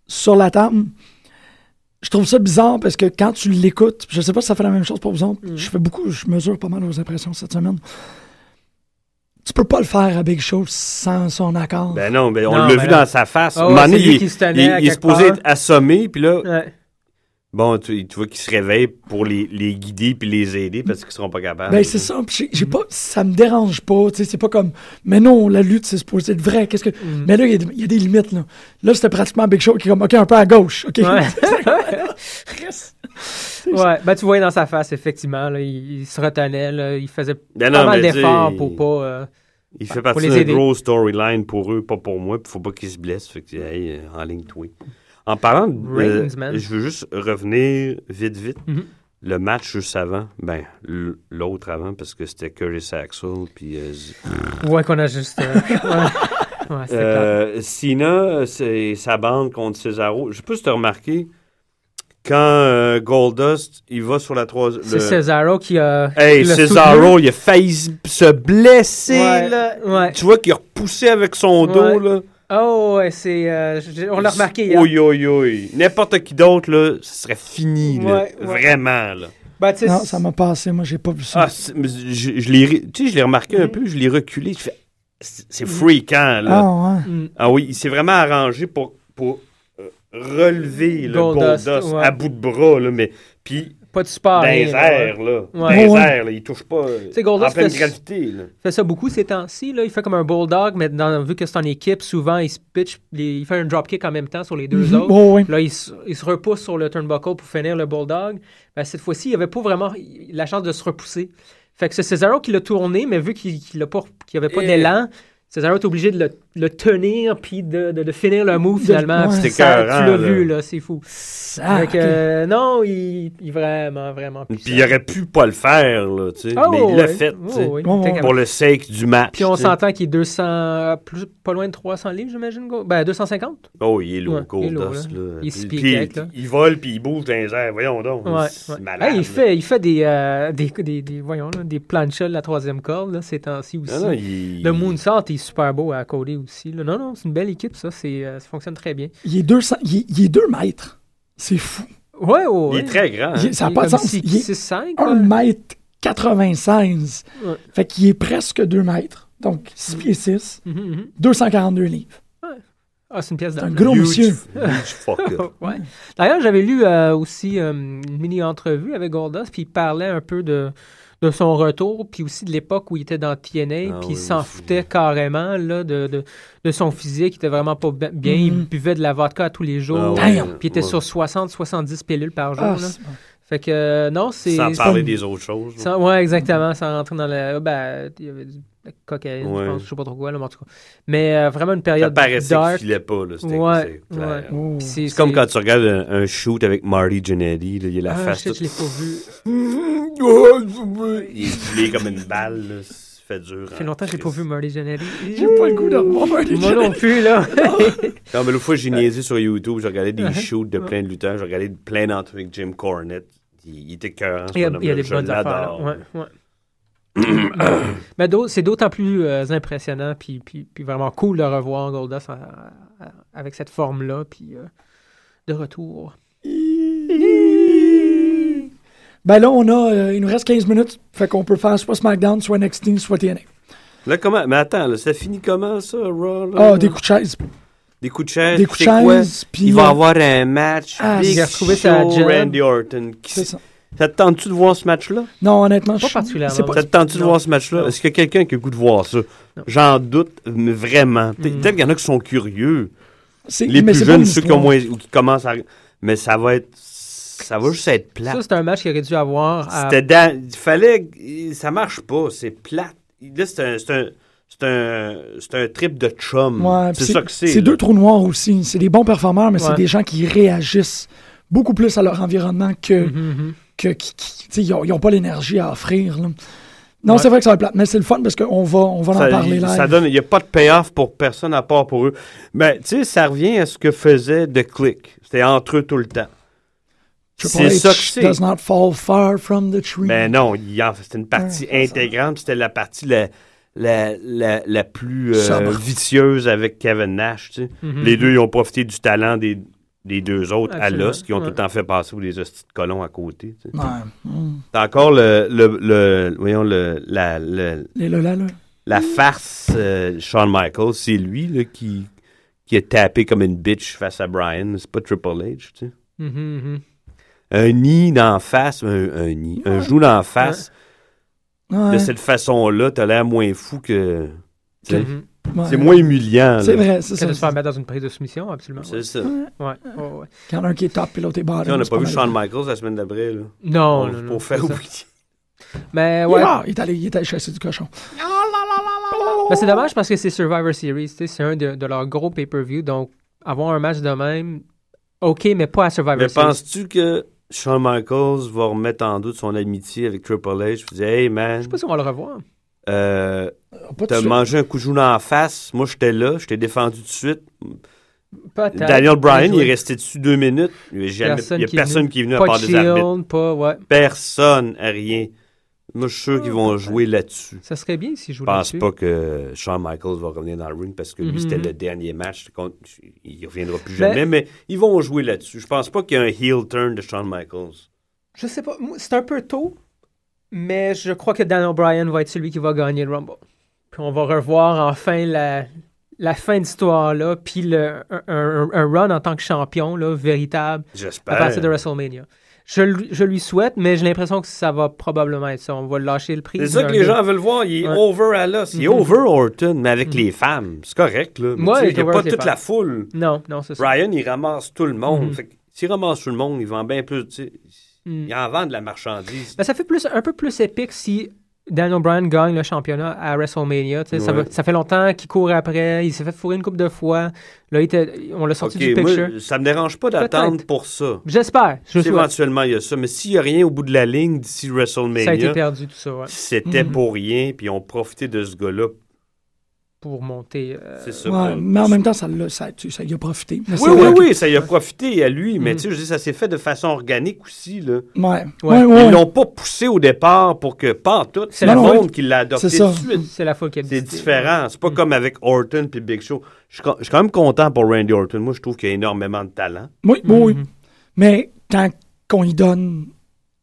sur la table. Je trouve ça bizarre parce que quand tu l'écoutes, je sais pas si ça fait la même chose pour vous autres. Je fais beaucoup, je mesure pas mal vos impressions cette semaine. Tu peux pas le faire à Big Show sans son accord. Ben non, ben on Non, l'a ben vu non. dans sa face. Ah Un ouais, moment donné, c'est lui il, qui se est- tenait il- à il est quelque supposé part. être assommé, puis là, Ouais. bon, tu, tu vois qu'il se réveille pour les, les guider puis les aider parce qu'ils seront pas capables. Ben, c'est ça. Puis j'ai- j'ai pas, ça me dérange pas. tu sais, C'est pas comme, mais non, la lutte, c'est supposé être vrai. Qu'est-ce que... Mais là, il y, a des- il y a des limites. Là, là c'était pratiquement Big Show qui est comme, OK, un peu à gauche. OK. Ouais. Chris. Ouais, ben tu voyais dans sa face, effectivement, là, il, il se retenait, là, il faisait Ben pas non, mal mais tu sais, d'efforts pour il- pas... euh, Il fait partie les d'un aider. gros storyline pour eux, pas pour moi. Puis faut pas qu'ils se blessent. Fait que, hey, euh, en ligne toi. En parlant de. euh, Reigns, man. je veux juste revenir vite, vite. Mhm. Le match juste avant, ben, l- l'autre avant, parce que c'était Curry Axel. Puis. euh, Z- Ouais, qu'on a juste... euh, ouais, ouais, c'était clair. Euh, Cena, c'est sa bande contre Cesaro. Je sais pas si tu as remarqué, quand euh, Goldust, il va sur la troisième. C'est Cesaro qui a... Hey, qui l'a Cesaro, soutenu. il a failli s- se blesser, Ouais, là. ouais. Tu vois qu'il a repoussé avec son Ouais. dos, là. Oh, ouais, c'est... euh, je- on l'a remarqué hier. Oui, oui, oui. N'importe qui d'autre, là, ce serait fini, là. Ouais, ouais. Vraiment, là. Ben, tu sais, Non, ça m'a passé. Moi, j'ai pas vu ça. Ah, c'est- mais je, je l'ai re- tu sais, je l'ai remarqué Mm. un peu, je l'ai reculé. Je fais, c'est c'est freakant, là. Ah, ouais. Ah oui, il s'est vraiment arrangé pour, pour euh, relever le Goldust, Goldust, ouais. Ah, à bout de bras, là, mais puis pas de support. dans rien, les là, ouais. airs, là. Dans Ouais. les Ouais. airs, là, il touche pas euh, sais, Goldust en pleine fait- gravité, là. fait ça beaucoup ces temps-ci. Là. Il fait comme un bulldog, mais dans- vu que c'est en équipe, souvent, il se pitch, il il fait un dropkick en même temps sur les deux Mhm. autres. Oh, oui. Là, il se, il se repousse sur le turnbuckle pour finir le bulldog. Ben, cette fois-ci, il avait pas vraiment il- la chance de se repousser. Fait que c'est Cesaro qui l'a tourné, mais vu qu'il n'avait pas, qu'il avait pas Et- d'élan, Cesaro est obligé de le, le tenir puis de, de- de finir le move finalement. ouais. Puis C'est ça, écœurant, tu l'as là. vu, là, c'est fou. Ça, Fait que, euh, non, il, il est vraiment, vraiment Puis puissant. il aurait pu pas le faire, là, tu sais, Ah, mais il l'a ouais. fait, tu sais, Oh, oui. Bon, T'es bon. capable. pour le sake du match. Puis on tu sais. s'entend qu'il est 200, plus, pas loin de 300 livres, j'imagine. go- Ben, 250. Oh, il est lourd, Ouais, il est lourd, Goldust, là. là. Il est Puis- six puis pieds quatre, il- là. il vole, puis il bouge dans les airs, voyons donc. Ouais, c'est ouais. malade, Hey, là. il, fait, il fait des, euh, des, des, des- voyons, là, des planchas de la troisième corde là, ces temps-ci aussi. Non, non, il- Le Moonsault est super beau à coder aussi. là. Non, non, c'est une belle équipe, ça. c'est, euh, ça fonctionne très bien. Il est 200, il est, il est 2 mètres. C'est fou. Ouais, ouais. Il ouais. est très grand. hein. Il est- ça n'a Il est pas de comme sens. six- Il est 6'5", quoi. 1 mètre 96. Ouais. Fait qu'il est presque 2 mètres. Donc, 6 pieds 6, Mhm, mhm. 242 livres. Ah, c'est une pièce C'est un d'argent. gros Huge- monsieur. huge fucker. Ouais. D'ailleurs, j'avais lu euh, aussi euh, une mini-entrevue avec Goldust, puis il parlait un peu de, de son retour, puis aussi de l'époque où il était dans TNA, Ah puis oui, il s'en oui. foutait carrément là, de, de, de son physique, il était vraiment pas be- bien, il Mm-hmm. buvait de la vodka tous les jours, Ah ouais, Damn! puis il était ouais. sur 60-70 pilules par jour. Ah, là. c'est- Fait que euh, non, c'est... Sans c'est- parler des autres choses. là. sans- ouais, exactement, sans rentrer dans la... Ben, il y avait du- de la cocaïne, Ouais. je pense, je sais pas trop quoi, là, mais en tout cas. Mais euh, vraiment une Ça période paraissait qu'il dark. filait pas, là. C'était Ouais, c'est clair. ouais. oh. puis C'est comme quand tu regardes un, un shoot avec Marty Jannetty, là, il a la Ah, face shit, je toute... l'ai pas vu. Il est filé comme une balle, là, ça fait dur. hein. Ça fait longtemps que j'ai pas vu Marley Jannetty. J'ai pas le goût de revoir les Moi non plus, là. Non, mais l'autre fois, j'ai niaisé sur YouTube, j'ai regardé des shoots de plein de lutteurs, j'ai regardé plein d'entrées avec Jim Cornette. Il, il était cœur. il y a, il y a des bonnes affaires. là. Ouais, ouais. Mais d'au- c'est d'autant plus euh, impressionnant puis, puis, puis vraiment cool de revoir Goldust en- en- avec cette forme-là puis euh, de retour. Ben là, on a, euh, il nous reste 15 minutes. Fait qu'on peut faire soit SmackDown, soit NXT, soit TNA. Là, comment? Mais attends, là, ça finit comment, ça, Raw? là? Ah, des coups de chaise. Des coups de chaise. Des coups de tu sais quoi? chaise, puis... Il va euh, avoir un match. Ah, Big il a retrouvé sa Show, job. Randy Orton. Qui- C'est ça. Ça te tente-tu de voir ce match-là? Non, honnêtement, je Pas suis- particulièrement. c'est pas- Ça te tente-tu de Non. voir ce match-là? Non. Est-ce qu'il y a quelqu'un qui a le goût de voir ça? Non. Mm. J'en doute mais vraiment. Pe- Peut-être qu'il y en a qui sont curieux. c'est- Les mais plus c'est pas jeunes, une ceux qui ont histoire. moins ou qui commencent à. Mais ça va être. Ça va juste être plat. Ça, c'est un match qu'il aurait dû avoir à... C'était dans- Il fallait. que- Ça marche pas. C'est plat. Là, c'est un. c'est un- C'est un, c'est un trip de chum. Ouais, puis c'est ça que c'est. C'est là. deux trous noirs aussi. C'est des bons performeurs, mais Ouais. c'est des gens qui réagissent beaucoup plus à leur environnement que. Mm-hmm, que qui- qui- tu sais, ils ont- ils n'ont pas l'énergie à offrir. là. Non, Ouais. c'est vrai que ça va être plate, mais c'est le fun parce qu'on va, on va en Ça, parler il- live. ça donne, il n'y a pas de payoff pour personne à part pour eux. Mais tu sais, ça revient à ce que faisait The Click. C'était entre eux tout le temps. Triple c'est H ça que Ben c'est. does not fall far from the tree. Mais non, il en- c'était une partie intégrante. C'était la partie la, la, la, la plus euh, Sobre. vicieuse avec Kevin Nash. tu sais. Mm-hmm. Les deux, ils ont profité du talent des, des deux autres à Absolument, l'os, qui ont ouais. tout le temps fait passer pour des hosties de colons à côté. tu sais. Ouais. Mm. T'as encore le, le, le- voyons, le, la, le- Les Lola, là. la farce euh, Shawn Michaels, c'est lui là, qui, qui est tapé comme une bitch face à Brian. C'est pas Triple H, tu sais. Mhm, mhm. Un nid d'en face, un, un nid, un genou d'en face. Ouais. De cette façon-là, t'as l'air moins fou que. tu sais. Mhm. Ouais. C'est moins humiliant. C'est là. vrai, c'est Que de se faire ça. mettre dans une prise de soumission, absolument. C'est ça. Ouais, ouais, ouais. Quand un qui est top, puis l'autre est bottom. Tu sais, on n'a c'est pas vu mal. Shawn Michaels la semaine d'après. là. Non, Pour- Oh, non, non, Pour faire c'est ça. oublier. Mais ouais, Ah, il est allé, il est allé chasser du cochon. Ben, c'est dommage parce que c'est Survivor Series, tu sais, c'est un de, de leurs gros pay-per-view, donc avoir un match de même, ok, Ah, mais pas à Survivor Mais Series. penses-tu que Shawn Michaels va remettre en doute son amitié avec Triple H? Je dis, hey man, Je sais pas si on va le revoir. euh, Pas de t'as suite. mangé un coup de genou en face. Moi, j'étais là, je t'ai défendu tout de suite. Peut-être. Daniel Bryan, il est Jouer. resté dessus deux minutes. Il n'y a, jamais- Personne il y a qui est personne venu. qui est venu à Pas de part des arbitres. shield, pas, ouais. Personne, à rien. Moi, je suis sûr qu'ils vont jouer là-dessus. Ça serait bien s'il joue Je pense Ah, là-dessus. pas que Shawn Michaels va revenir dans le ring parce que lui, Mhm. c'était le dernier match. contre- Il reviendra plus Ben- jamais, mais ils vont jouer là-dessus. Je pense pas qu'il y a un heel turn de Shawn Michaels. Je sais pas, moi, c'est un peu tôt, mais je crois que Daniel Bryan va être celui qui va gagner le Rumble. Puis on va revoir enfin la, la fin d'histoire, là, puis le, un, un- un run en tant que champion, là, véritable, à J'espère. partir de WrestleMania. Je, lui- je lui souhaite, mais j'ai l'impression que ça va probablement être ça. On va lâcher le prix. C'est ça d'un que les gars. gens veulent voir. Il est Ouais. Mm-hmm. over à l'os. Il est over Orton, mais avec les femmes. C'est correct, là. Mais Ouais, tu sais, il est il n'y a over pas avec les toute la foule. Non, non, c'est ça. Ryan, il ramasse tout le monde. Fait que S'il ramasse tout le monde, il vend bien plus. tu sais, Il en vend de la marchandise. Ben, ça fait plus, un peu plus épique si Daniel Bryan gagne le championnat à WrestleMania. tu sais, Ça, Ouais. va- ça fait longtemps qu'il court après. Il s'est fait fourrer une couple de fois. Là, il était- on l'a sorti OK, du moi, picture. ça me dérange pas d'attendre Peut-être. pour ça. J'espère. Je le souhaite. Si éventuellement, il y a ça. Mais s'il n'y a rien au bout de la ligne Ça d'ici a été WrestleMania, perdu, tout ça, ouais, c'était pour rien. Puis on profitait de ce gars-là. pour monter. euh, C'est ça. Ouais, pour- mais en même temps, ça l'a, ça, tu- ça y a profité. Mais Oui, c'est oui, vrai oui, ça y a profité à lui, mais tu sais, je dis, ça s'est fait de façon organique aussi, là. que- Ouais. Ouais. Ouais, ouais, Ils ouais. l'ont pas poussé au départ pour que pas en tout. C'est Non, le non, monde oui. qui l'a adopté C'est tout ça. de suite. C'est la folle qui a C'est décidé. différent. C'est pas comme avec Orton puis Big Show. Je suis con- je suis quand même content pour Randy Orton. Moi, je trouve qu'il a énormément de talent. Oui, oui, Mhm. oui. Mais quand qu'on y donne,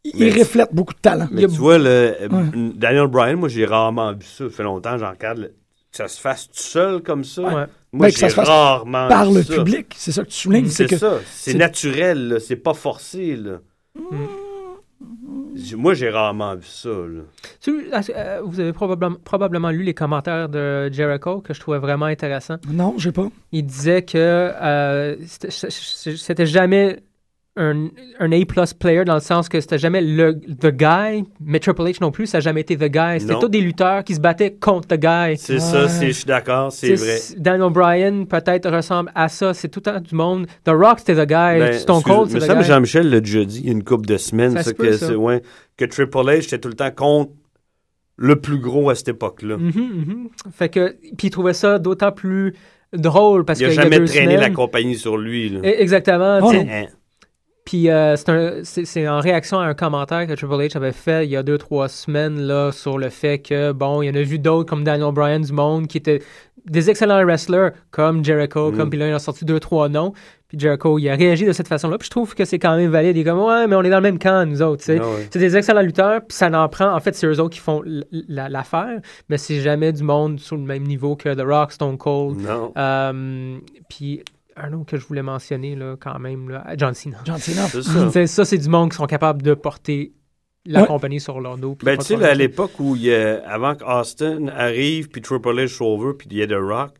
il, il Mais- reflète beaucoup de talent. Mais Il y a- tu vois, le, euh, Ouais. Daniel Bryan, moi, j'ai rarement vu ça. Ça fait longtemps, j'en regarde. le- Que ça se fasse tout seul comme ça. Ouais. Moi, Ben, que j'ai ça se fasse rarement par vu le ça. public, c'est ça que tu soulignes. C'est Mhm. C'est que ça. C'est c'est- Mm. naturel, là. C'est pas forcé, là. J'ai- Moi, j'ai rarement vu ça, là. Tu- euh, vous avez probablement, probablement lu les commentaires de Jericho que je trouvais vraiment intéressant. non, j'ai pas. Il disait que euh, c'était- c'était jamais un, un A player dans le sens que c'était jamais le the guy, mais Triple H non plus, ça n'a jamais été the guy. C'était Non. tous des lutteurs qui se battaient contre the guy. C'est ça, c'est- je suis d'accord, c'est Tu sais, vrai. c- Daniel Bryan peut-être ressemble à ça. C'est tout le temps du monde. The Rock, c'était the guy. Ben, Stone excuse- Cold, c'est me the semble guy. que Jean-Michel l'a déjà dit il y a une couple de semaines Ça ça, se peut, que, ça. c'est- ouais, que Triple H était tout le temps contre le plus gros à cette époque-là. Mhm, mhm. Fait que, puis il trouvait ça d'autant plus drôle parce que Il n'a il y a jamais deux traîné la semaines- compagnie sur lui. là. Eh, Exactement. Oh tu sais. non. Hein. Puis euh, c'est un- c'est c'est en réaction à un commentaire que Triple H avait fait il y a deux trois semaines là sur le fait que bon, il y en a vu d'autres comme Daniel Bryan du monde qui étaient des excellents wrestlers comme Jericho, Mm. comme puis là il en a sorti deux trois noms. Puis Jericho, il a réagi de cette façon-là. Puis je trouve que c'est quand même valide. Il est comme ouais, mais on est dans le même camp nous autres. tu sais. Ah ouais. C'est des excellents lutteurs. Puis ça en prend. En fait, c'est eux autres qui font l- la- l'affaire. Mais c'est jamais du monde sur le même niveau que The Rock, Stone Cold. Non. Euh, puis un autre que je voulais mentionner là quand même là, John Cena. Gentiment. C'est ça. Ah, C'est- Ça, c'est du monde qui sont capables de porter la Ouais. compagnie sur leur dos. puis Ben, pas tu de sais, là, problème. à l'époque où, il y a- avant qu'Austin arrive, puis Triple H soit over, puis il y a The Rock,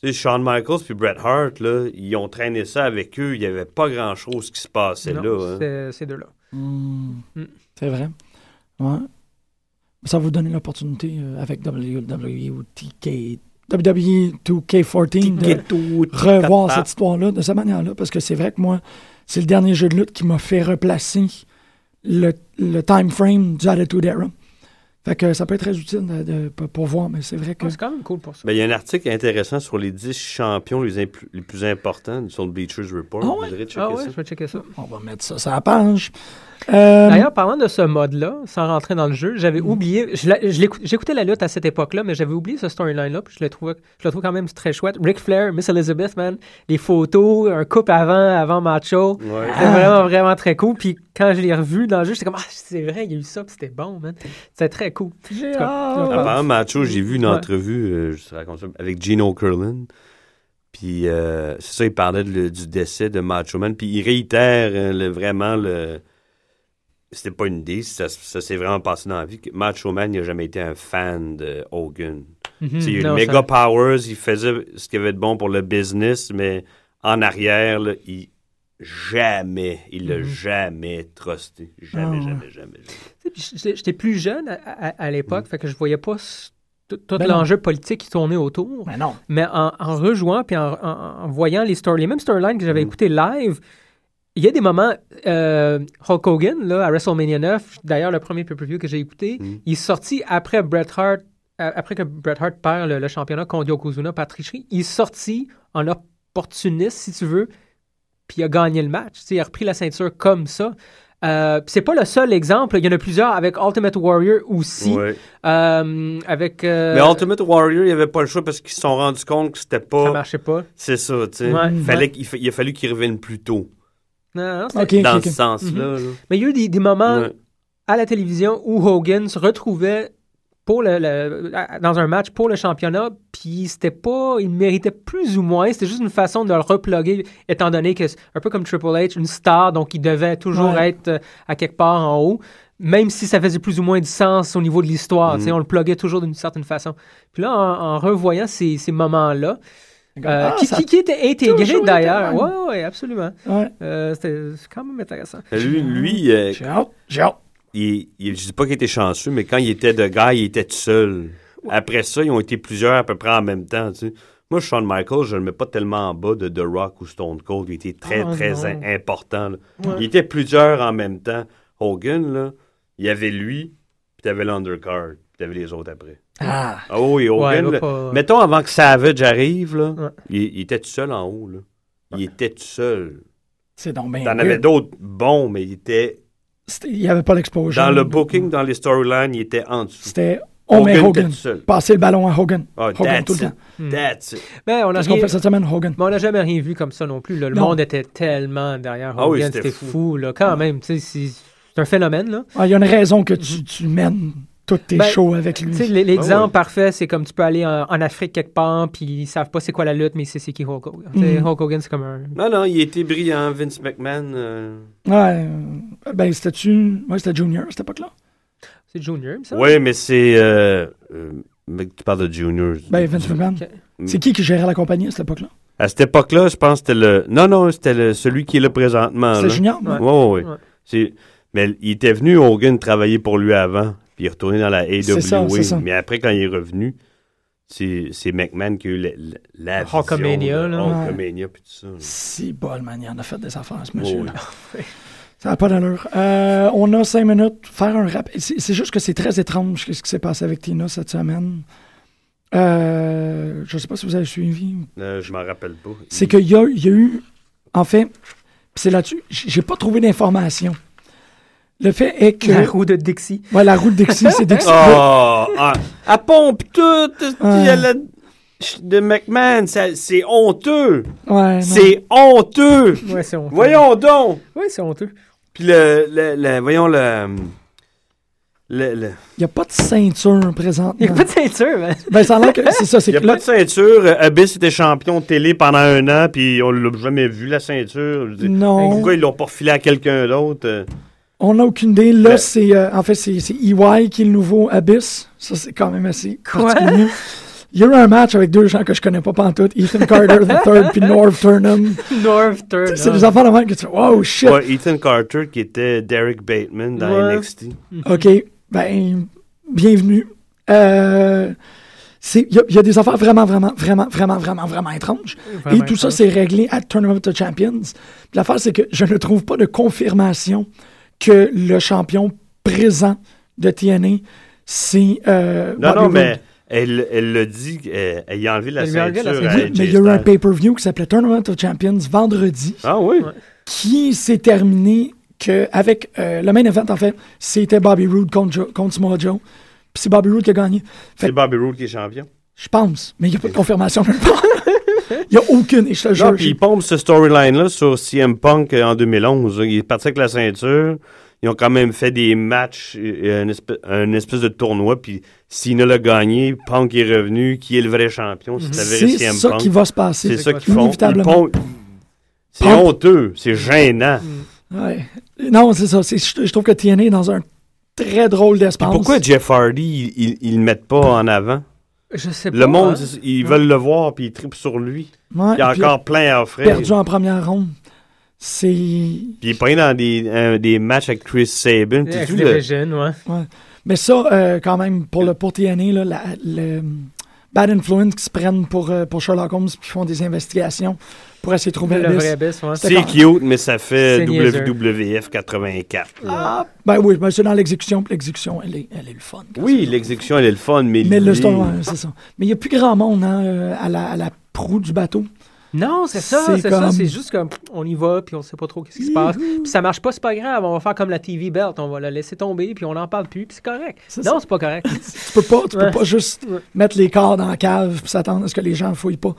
tu sais, Shawn Michaels puis Bret Hart, là, ils ont traîné ça avec eux. Il n'y avait pas grand-chose qui se passait Non, là. hein. c'est- Ces deux-là. Hmm. Mm. C'est vrai. Ouais. Ça va vous donner l'opportunité euh, avec WWE ou TK, WWE 2K14 de revoir cette histoire-là de cette manière-là parce que c'est vrai que moi, c'est le dernier jeu de lutte qui m'a fait replacer le, le time frame du Attitude Era. Fait que ça peut être très utile de- de- pour- pour voir, mais c'est vrai que Ouais, C'est quand même cool pour ça. Ben, il y a un article intéressant sur les 10 champions les, impl- les plus importants sur le Bleachers Report. Ah ouais? Vous voudrez checker Ah ouais, ça? je vais checker ça. on va mettre ça sur la page. Euh, D'ailleurs, parlant de ce mode-là, sans rentrer dans le jeu, j'avais oublié. je la- je l'écoute- J'écoutais la lutte à cette époque-là, mais j'avais oublié ce storyline-là. Puis je le, trouvais, je le trouve quand même très chouette. Ric Flair, Miss Elizabeth, man. Les photos, un couple avant, avant Macho. Ouais. C'était vraiment, vraiment très cool. Puis quand je l'ai revu dans le jeu, j'étais comme, ah, c'est vrai, il y a eu ça, puis c'était bon, man. C'était très cool. En tout cas, Apparemment, Macho, j'ai vu une Ouais. entrevue, euh, je te raconte ça, avec Gino Curlin. Puis, euh, c'est ça, il parlait de le- du décès de Macho Man. Puis, il réitère euh, le- vraiment le. C'était pas une idée, ça, s- ça s'est vraiment passé dans la vie. que Macho Man, il n'a jamais été un fan de Hogan. Tu sais, Il y a Mhm. eu non, le ça- Mega Powers, il faisait ce qu'il y avait de bon pour le business, mais en arrière, là, il. Jamais, il Mhm. l'a jamais trusté. Ah Jamais, jamais, jamais, jamais. Tu sais, puis j'étais- J'étais plus jeune à, à- à l'époque, fait que je voyais pas ce- tout, tout Mm. Ben non. l'enjeu politique qui tournait autour. ben non. Mais en, en rejouant puis en, en- en voyant les stories, les mêmes storylines que Mm. j'avais écoutées live, il y a des moments. euh, Hulk Hogan, là, à WrestleMania 9, d'ailleurs, le premier pay-per-view que j'ai écouté, Mm. il est sorti après Bret Hart, euh, après que Bret Hart perd le, le championnat contre Yokozuna par tricherie. Il est sorti en opportuniste, si tu veux, puis il a gagné le match. Tu sais, Il a repris la ceinture comme ça. Euh, puis c'est pas le seul exemple. Il y en a plusieurs avec Ultimate Warrior aussi. Ouais. euh, avec. euh, Mais Ultimate Warrior, il n'y avait pas le choix parce qu'ils se sont rendus compte que c'était Ça pas. marchait pas. C'est ça, tu sais. Ouais, Fallait ouais. qu'il fa- Il a fallu qu'ils reviennent plus tôt. Non, non, c'était- Ok, ok, dans ok. ce sens-là. là. Mais il y a eu des, des moments Ouais. à la télévision où Hogan se retrouvait pour le, le- à- dans un match pour le championnat, puis c'était pas, il méritait plus ou moins, c'était juste une façon de le reploguer, étant donné que, c'est un peu comme Triple H, une star, donc il devait toujours Ouais. être euh, à quelque part en haut, même si ça faisait plus ou moins du sens au niveau de l'histoire, tu sais, on le pluguait toujours d'une certaine façon. Puis là, en, en revoyant ces, ces moments-là, euh, Ah, qui, ça a qui, qui étaient toujours intégrés été d'ailleurs, le même. ouais, ouais, absolument, Ouais. Euh, c'était c'est quand même intéressant. Lui, lui euh, J'ai hâte, j'ai hâte. il, il- je dis pas qu'il était chanceux, mais quand il était de gars, il était tout seul. Après ça, ils ont été plusieurs à peu près en même temps. tu sais. Moi, Shawn Michaels, je le mets pas tellement en bas de The Rock ou Stone Cold. Il était très, Ah, très non. im- important. là. Il était plusieurs en même temps. Hogan, là, il y avait lui, puis t'avais l'Undercard, puis t'avais les autres après. Ah, Ah Ouais, oui, Hogan. là, là, pas- Mettons avant que Savage arrive, là, Ouais. il, il était tout seul en haut. Là. Il était tout seul. c'est donc bien. T'en weird. avais d'autres bons, mais il était C'était- Il n'y avait pas l'exposure. dans le booking, dans les storylines, il était en dessous. C'était on met Hogan Hogan. était seul. Passer le ballon à Hogan. Ah, Hogan that's tout le it. temps. Hmm. That's it. Ben, on a Qu'est-ce qu'on rien- fait cette semaine, Hogan? Mais on n'a jamais rien vu comme ça non plus. là. Le Non. monde était tellement derrière Hogan, Ah oui, c'était c'était fou. fou. là. quand même. tu sais, C'est c'est un phénomène. là. Ah, Il y a une raison que tu, tu mènes toutes tes Ben, shows avec Tu sais, lui. l- L'exemple Ah ouais. parfait, c'est comme tu peux aller en, en Afrique quelque part, puis ils savent pas c'est quoi la lutte, mais c'est c'est qui Hulk Hogan. Tu Mm. sais, Hulk Hogan, c'est comme un... Non, non, il était brillant, Vince McMahon. euh. Ouais, euh, ben, c'était-tu. Ouais, c'était Junior à cette époque-là. C'est Junior, il me semble. Oui, mais c'est. euh, euh, mais tu parles de Junior. Ben, Vince McMahon. Ok. C'est qui qui gérait la compagnie à cette époque-là? À cette époque-là, je pense que c'était le. Non, non, c'était le- celui qui est là présentement. C'était Ah, là. Junior? Oui, non? oui, Ouais. oui. Mais il était venu, Hogan, travailler pour lui avant, puis il est retourné dans la C'est ça, c'est AWA. ça. Mais après, quand il est revenu, c'est c'est McMahon qui a eu la, la- la vision Hulkamania, de là. Hulkamania, puis tout ça. là. Si bol, man, il en a fait des affaires, ce monsieur. Oh, Oui. Ça n'a pas d'allure. Euh, on a cinq minutes. Faire un rap. C'est c'est juste que c'est très étrange ce qui s'est passé avec Tina cette semaine. Euh, je ne sais pas si vous avez suivi. Euh, je m'en rappelle pas. C'est qu'il y a, il y a eu. En fait, pis c'est là-dessus. j- J'ai pas trouvé d'informations. Le fait est que. La roue de Dixie. Ouais, la route Dixie, c'est Dixie. Oh! ah, à pompe tout! Ah. il y a la- De McMahon, ça- c'est honteux! Ouais, non. C'est honteux! Ouais, c'est honteux. Voyons donc! Ouais, c'est honteux. Puis le, le, le- Voyons le... le- le- Il n'y a pas de ceinture présente. Il n'y a pas de ceinture, man. Ben, ça a l'air que c'est ça. C'est Il n'y a que là, pas de ceinture. Euh, Abyss était champion de télé pendant un an, puis on l'a jamais vu, la ceinture. Je veux dire, non. Pourquoi ils l'ont pas refilé à quelqu'un d'autre? euh? On n'a aucune idée. Là, Ben- c'est euh, en fait c'est c'est EY qui est le nouveau Abyss. Ça, c'est quand même assez particulier. Il y a eu un match avec deux gens que je connais pas pantoute, Ethan Carter III puis Norv Turnham. North Turner. C'est des enfants de même que tu fais, wow, shit. Ouais, Ethan Carter, qui était Derek Bateman dans Ouais. NXT. OK, ben, bienvenue. Euh, c'est- Il y, a- il y a des affaires vraiment, vraiment, vraiment, vraiment, vraiment, vraiment étranges. Vraiment Et tout ça, étranges. c'est réglé à Tournament of Champions. Puis L'affaire, c'est que je ne trouve pas de confirmation que le champion présent de TNA, c'est. euh, Non, Bobby non, Roode. mais elle elle l'a dit, euh, elle, a enlevé la Elle lui a enlevé ceinture la à ceinture. AJ Mais il y a eu un Styles. pay-per-view qui s'appelait Tournament of Champions vendredi, Ah oui? qui s'est terminé qu'avec euh, le main event, en fait, c'était Bobby Roode contre, Jo- contre Samoa Joe. Puis c'est Bobby Roode qui a gagné. Fait C'est que Bobby Roode qui est champion. je pense, mais il n'y a pas de confirmation nulle part. Il n'y a aucune, et je te Non, jure. puis il pompe ce storyline-là sur CM Punk euh, en 2011. là. Il est parti avec la ceinture. Ils ont quand même fait des matchs, euh, un espèce, un espèce de tournoi. Puis Cena l'a gagné, Punk est revenu. Qui est le vrai champion? C'est la vraie Mhm. C'est CM ça Punk. qui va se passer. C'est ça qu'ils font. Ils Inévitablement. pompent- C'est Punk. Mhm. honteux. C'est gênant. Ouais. Non, c'est ça. c'est- Je je trouve que TNA est dans un très drôle Puis d'espace. pourquoi Jeff Hardy, ils- ils ils le mettent pas en avant? Je sais pas. Le monde, hein. c'est- ils veulent le voir, puis ils tripent sur lui. Ouais, Il y a puis il a encore plein à offrir. perdu en première ronde. C'est. Puis il est pris dans des, euh, des matchs avec Chris Sabin. Avec T'as-tu le- Division, ouais. Mais ça, euh, quand même, pour le pour TNA, là, la- le Bad Influence qui se prennent pour, euh, pour Sherlock Holmes puis font des investigations pour essayer de trouver Le la liste. vrai best, ouais. C'est cute, mais ça fait C'est niaiseux. WWF 84. Ah, ben oui, ben c'est dans l'exécution, puis l'exécution, elle est, elle est le fun. quand Oui, c'est- l'exécution, elle est le fun, mais, Mais le lui- story, ouais, c'est ça. Mais il n'y a plus grand monde hein, euh, à, la, à la proue du bateau. Non, c'est ça, C'est c'est ça. comme- Mm-hmm. C'est juste comme on y va, puis on sait pas trop qu'est-ce qui se passe. Puis ça marche pas, c'est pas grave. On va faire comme la TV Belt, on va la laisser tomber, puis on n'en parle plus, puis c'est correct. C'est non, c'est pas correct. Tu peux pas, tu peux Ouais. pas juste Ouais. mettre les corps dans la cave puis s'attendre à ce que les gens fouillent pas.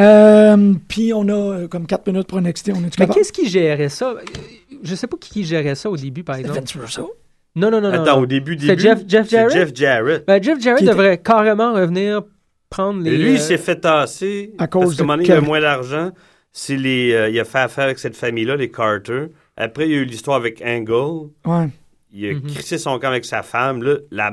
Euh, puis on a euh, comme 4 minutes pour NXT, on est Mais qu'est-ce qui gérait ça Euh, Je sais pas qui gérait ça au début, par exemple. Vince Russo. Non, non, non, non. Attends, non. au début, C'est début Jeff- Jeff c'est Jarrett? Jeff Jarrett. Ben, Jeff Jarrett Qui était- devrait carrément revenir prendre les. Et lui, il euh, s'est fait tasser À cause de parce qu'à un moment donné, il a Kevin. moins d'argent. C'est les, euh, il a fait affaire avec cette famille-là, les Carter. Après, il y a eu l'histoire avec Angle. Ouais. Il a Mhm. crissé son camp avec sa femme. Là. La,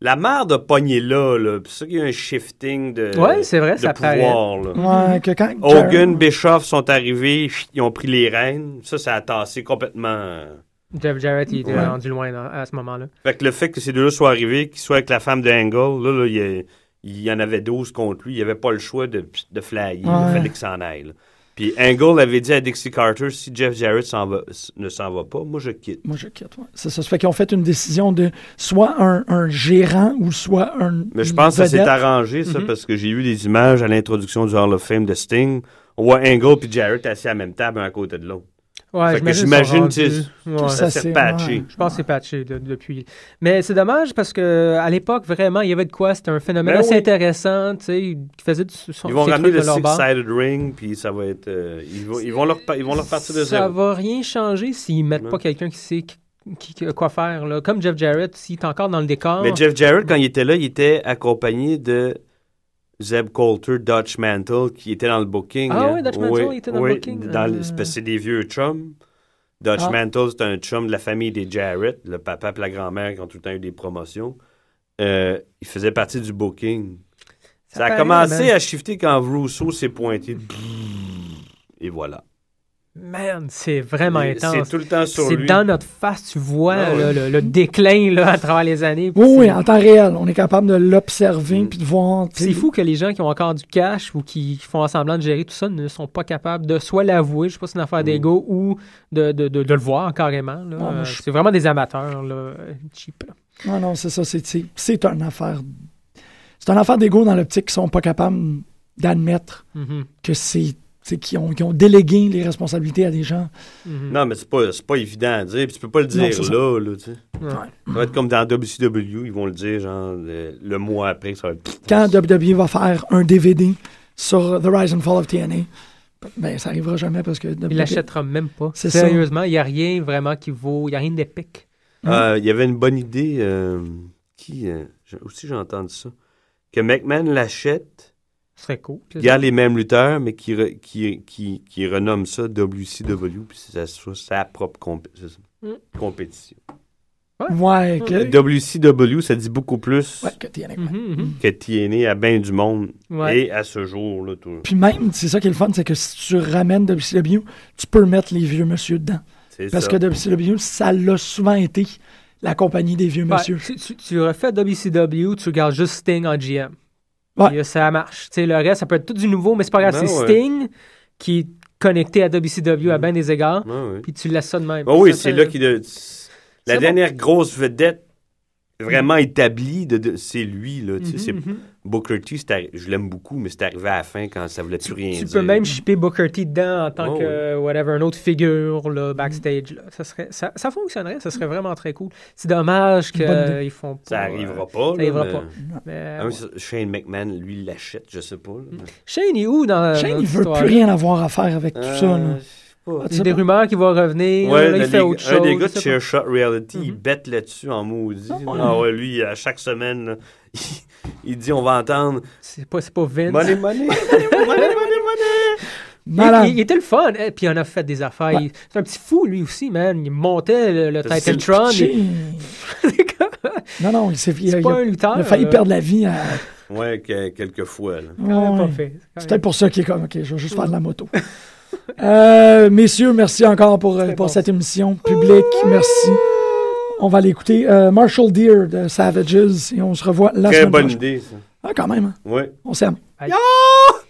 la mère de pogné là. là. C'est sûr qu'il y a un shifting de, Ouais, c'est vrai, de ça paraît. pouvoir. Mhm. là. Ouais, que quand Hogan, Bischoff sont arrivés, chut, ils ont pris les rênes. Ça, ça a tassé complètement. euh. Jeff Jarrett, il était Ouais. rendu loin là, à ce moment-là. Fait que le fait que ces deux-là soient arrivés, qu'ils soient avec la femme de Angle, là, là, il, y a- il y en avait 12 contre lui. Il n'y avait pas le choix de, de flyer. Ouais. Il fallait qu'il s'en aille. là. Puis Angle avait dit à Dixie Carter si Jeff Jarrett s'en va- s- ne s'en va pas, moi je quitte. Moi, je quitte. ouais. C'est ça. Ça fait qu'ils ont fait une décision de soit un, un gérant ou soit un. Mais je pense une que ça s'est vedette. arrangé, ça, parce que j'ai eu des images à l'introduction du Hall of Fame de Sting. On voit Angle puis Jarrett assis à la même table, un à côté de l'autre. Ouais, Fait que j'imagine. j'imagine, ils sont rendus- Ouais. Ça, Ça c'est- s'est patché. ouais. Je pense que c'est patché de- depuis. Mais c'est dommage parce que à l'époque, vraiment, il y avait de quoi. C'était un phénomène Ben assez oui. intéressant. Tu sais, ils faisaient du son, Ils vont ces ramener trucs le de leur bord. six-sided ring, puis ça va être. euh, ils, vont, ils, vont leur, pa- ils vont leur partir de Ça zéro. va rien changer s'ils mettent Non. pas quelqu'un qui sait qui- qui- qui- quoi faire. là. Comme Jeff Jarrett, s'il est encore dans le décor. Mais Jeff Jarrett, quand il était là, il était accompagné de Zeb Coulter, Dutch Mantle, qui était dans le booking. Ah hein. oui, Dutch Mantle, Oui, il était dans le oui, booking. dans le- Euh. c'est parce que c'est des vieux chums. Dutch Ah. Mantle, c'est un chum de la famille des Jarrett, le papa et la grand-mère qui ont tout le temps eu des promotions. Euh, il faisait partie du booking. Ça, a paraît, commencé man. à shifter quand Rousseau s'est pointé. Et voilà. Man, c'est vraiment Et intense. C'est tout le temps sur C'est lui. dans notre face, tu vois Ah là, ouais. le, le déclin là, à travers les années. puis Oui, oui, c'est- en temps réel. On est capable de l'observer Mm. puis de voir. tu sais, C'est fou que les gens qui ont encore du cash ou qui, qui font semblant de gérer tout ça ne sont pas capables de soit l'avouer, je sais pas si c'est une affaire d'ego, ou de, de, de, de le voir carrément. Ouais, là. Ah, moi, Euh, je- C'est vraiment des amateurs, là, euh, cheap. là. Non, non, c'est ça. C'est, c'est, c'est une affaire. C'est une affaire d'ego dans l'optique qu'ils sont pas capables d'admettre Mhm, que c'est. c'est qu'ils ont, qu'ils ont délégué les responsabilités à des gens. mhm. Non, mais c'est pas, c'est pas évident à dire. Puis tu peux pas le Mm. Non, dire c'est ça. là, là, tu sais. Ouais. Ça va être comme dans WCW, ils vont le dire, genre, le, le mois après, ça va être... Quand WWE va faire un DVD sur The Rise and Fall of TNA, ben, ça arrivera jamais parce que E WWE... Il l'achètera même pas. C'est ça. Sérieusement, il n'y a rien vraiment qui vaut, il n'y a rien d'épique. Euh, Il y avait une bonne idée, euh, qui... euh, j'ai- aussi, j'ai entendu ça. Que McMahon l'achète, Ce serait cool. ça. garde les mêmes lutteurs, mais qui, re- qui, qui, qui renomme ça WCW, puis ça soit sa propre compé- c'est ça, Mm. compétition. Ouais, que, WCW, ça dit beaucoup plus ouais, que TNA. ouais. Mhm, mhm. que TNA à bien du monde, Ouais. et à ce jour-là, tout. Puis même, c'est ça qui est le fun, c'est que si tu ramènes WCW, tu peux mettre les vieux monsieur dedans. C'est Parce ça. que WCW, ça l'a souvent été la compagnie des vieux Ouais, monsieur. Bah, tu, tu- tu refais WCW, tu regardes juste Sting en GM. Ouais. Et, euh, ça marche. Tu sais, le reste, ça peut être tout du nouveau, mais c'est pas grave. Ben c'est ouais. Sting qui est connecté à WCW à bien des égards. Ouais, ouais. Puis tu laisses ça de même. Ah oui, Ça, c'est ça- là qu'il a... La C'est Mm-hmm. dernière grosse vedette vraiment établi, de, de- c'est lui. Là, tu sais, c'est- Mhm. Booker T, c'est arri- je l'aime beaucoup, mais c'est arrivé à la fin quand ça voulait plus rien Tu dire. peux même shipper Booker T dedans en tant Oh, que euh, whatever, une autre figure là, Mm. backstage. là. Ça, serait, ça, ça fonctionnerait, ça serait vraiment très cool. C'est dommage Bonne idée. qu'ils font pas. Ça euh, arrivera pas. ça là, arrivera mais- pas. mais, ouais. Ah Mm. oui, ça- Shane McMahon, lui, il l'achète, je sais pas. là. Shane est où dans Shane, Euh, notre il veut histoire? plus rien avoir à faire avec tout Euh, ça. là. je sais pas. Ah, tu Il y sais a des pas. rumeurs qu'il va revenir. Ouais, là, il le- fait les- autre un chose. des gars je sais de pas. Share Shot Reality, il Mhm. bête là-dessus en maudit. Ah ouais, lui, à chaque semaine, là, il, il dit on va entendre C'est pas, c'est pas Vince. Money, money, money, money, money, money. Malade. Il, il- il était le fun, et puis il en a fait des affaires. Il- C'est un petit fou, lui aussi, man. Il montait le, le C'est Titan Tron. Shane, Non, non, il s'est il, C'est a- pas un il lutteur. a failli là. perdre la vie. à- Ouais, que- quelquefois. là. C'est quand même Ouais. pas fait. C'est quand C'est même- peut-être pour ça qu'il est comme, OK, je vais juste faire de la moto. Euh, messieurs, merci encore pour, euh, pour bon. cette émission. Public, merci. On va l'écouter. Euh, Marshall Deer de Savages et on se revoit la Très semaine bonne prochaine. idée, ça. Ah, quand même, hein. Ouais. on s'aime. Aïe. Ah!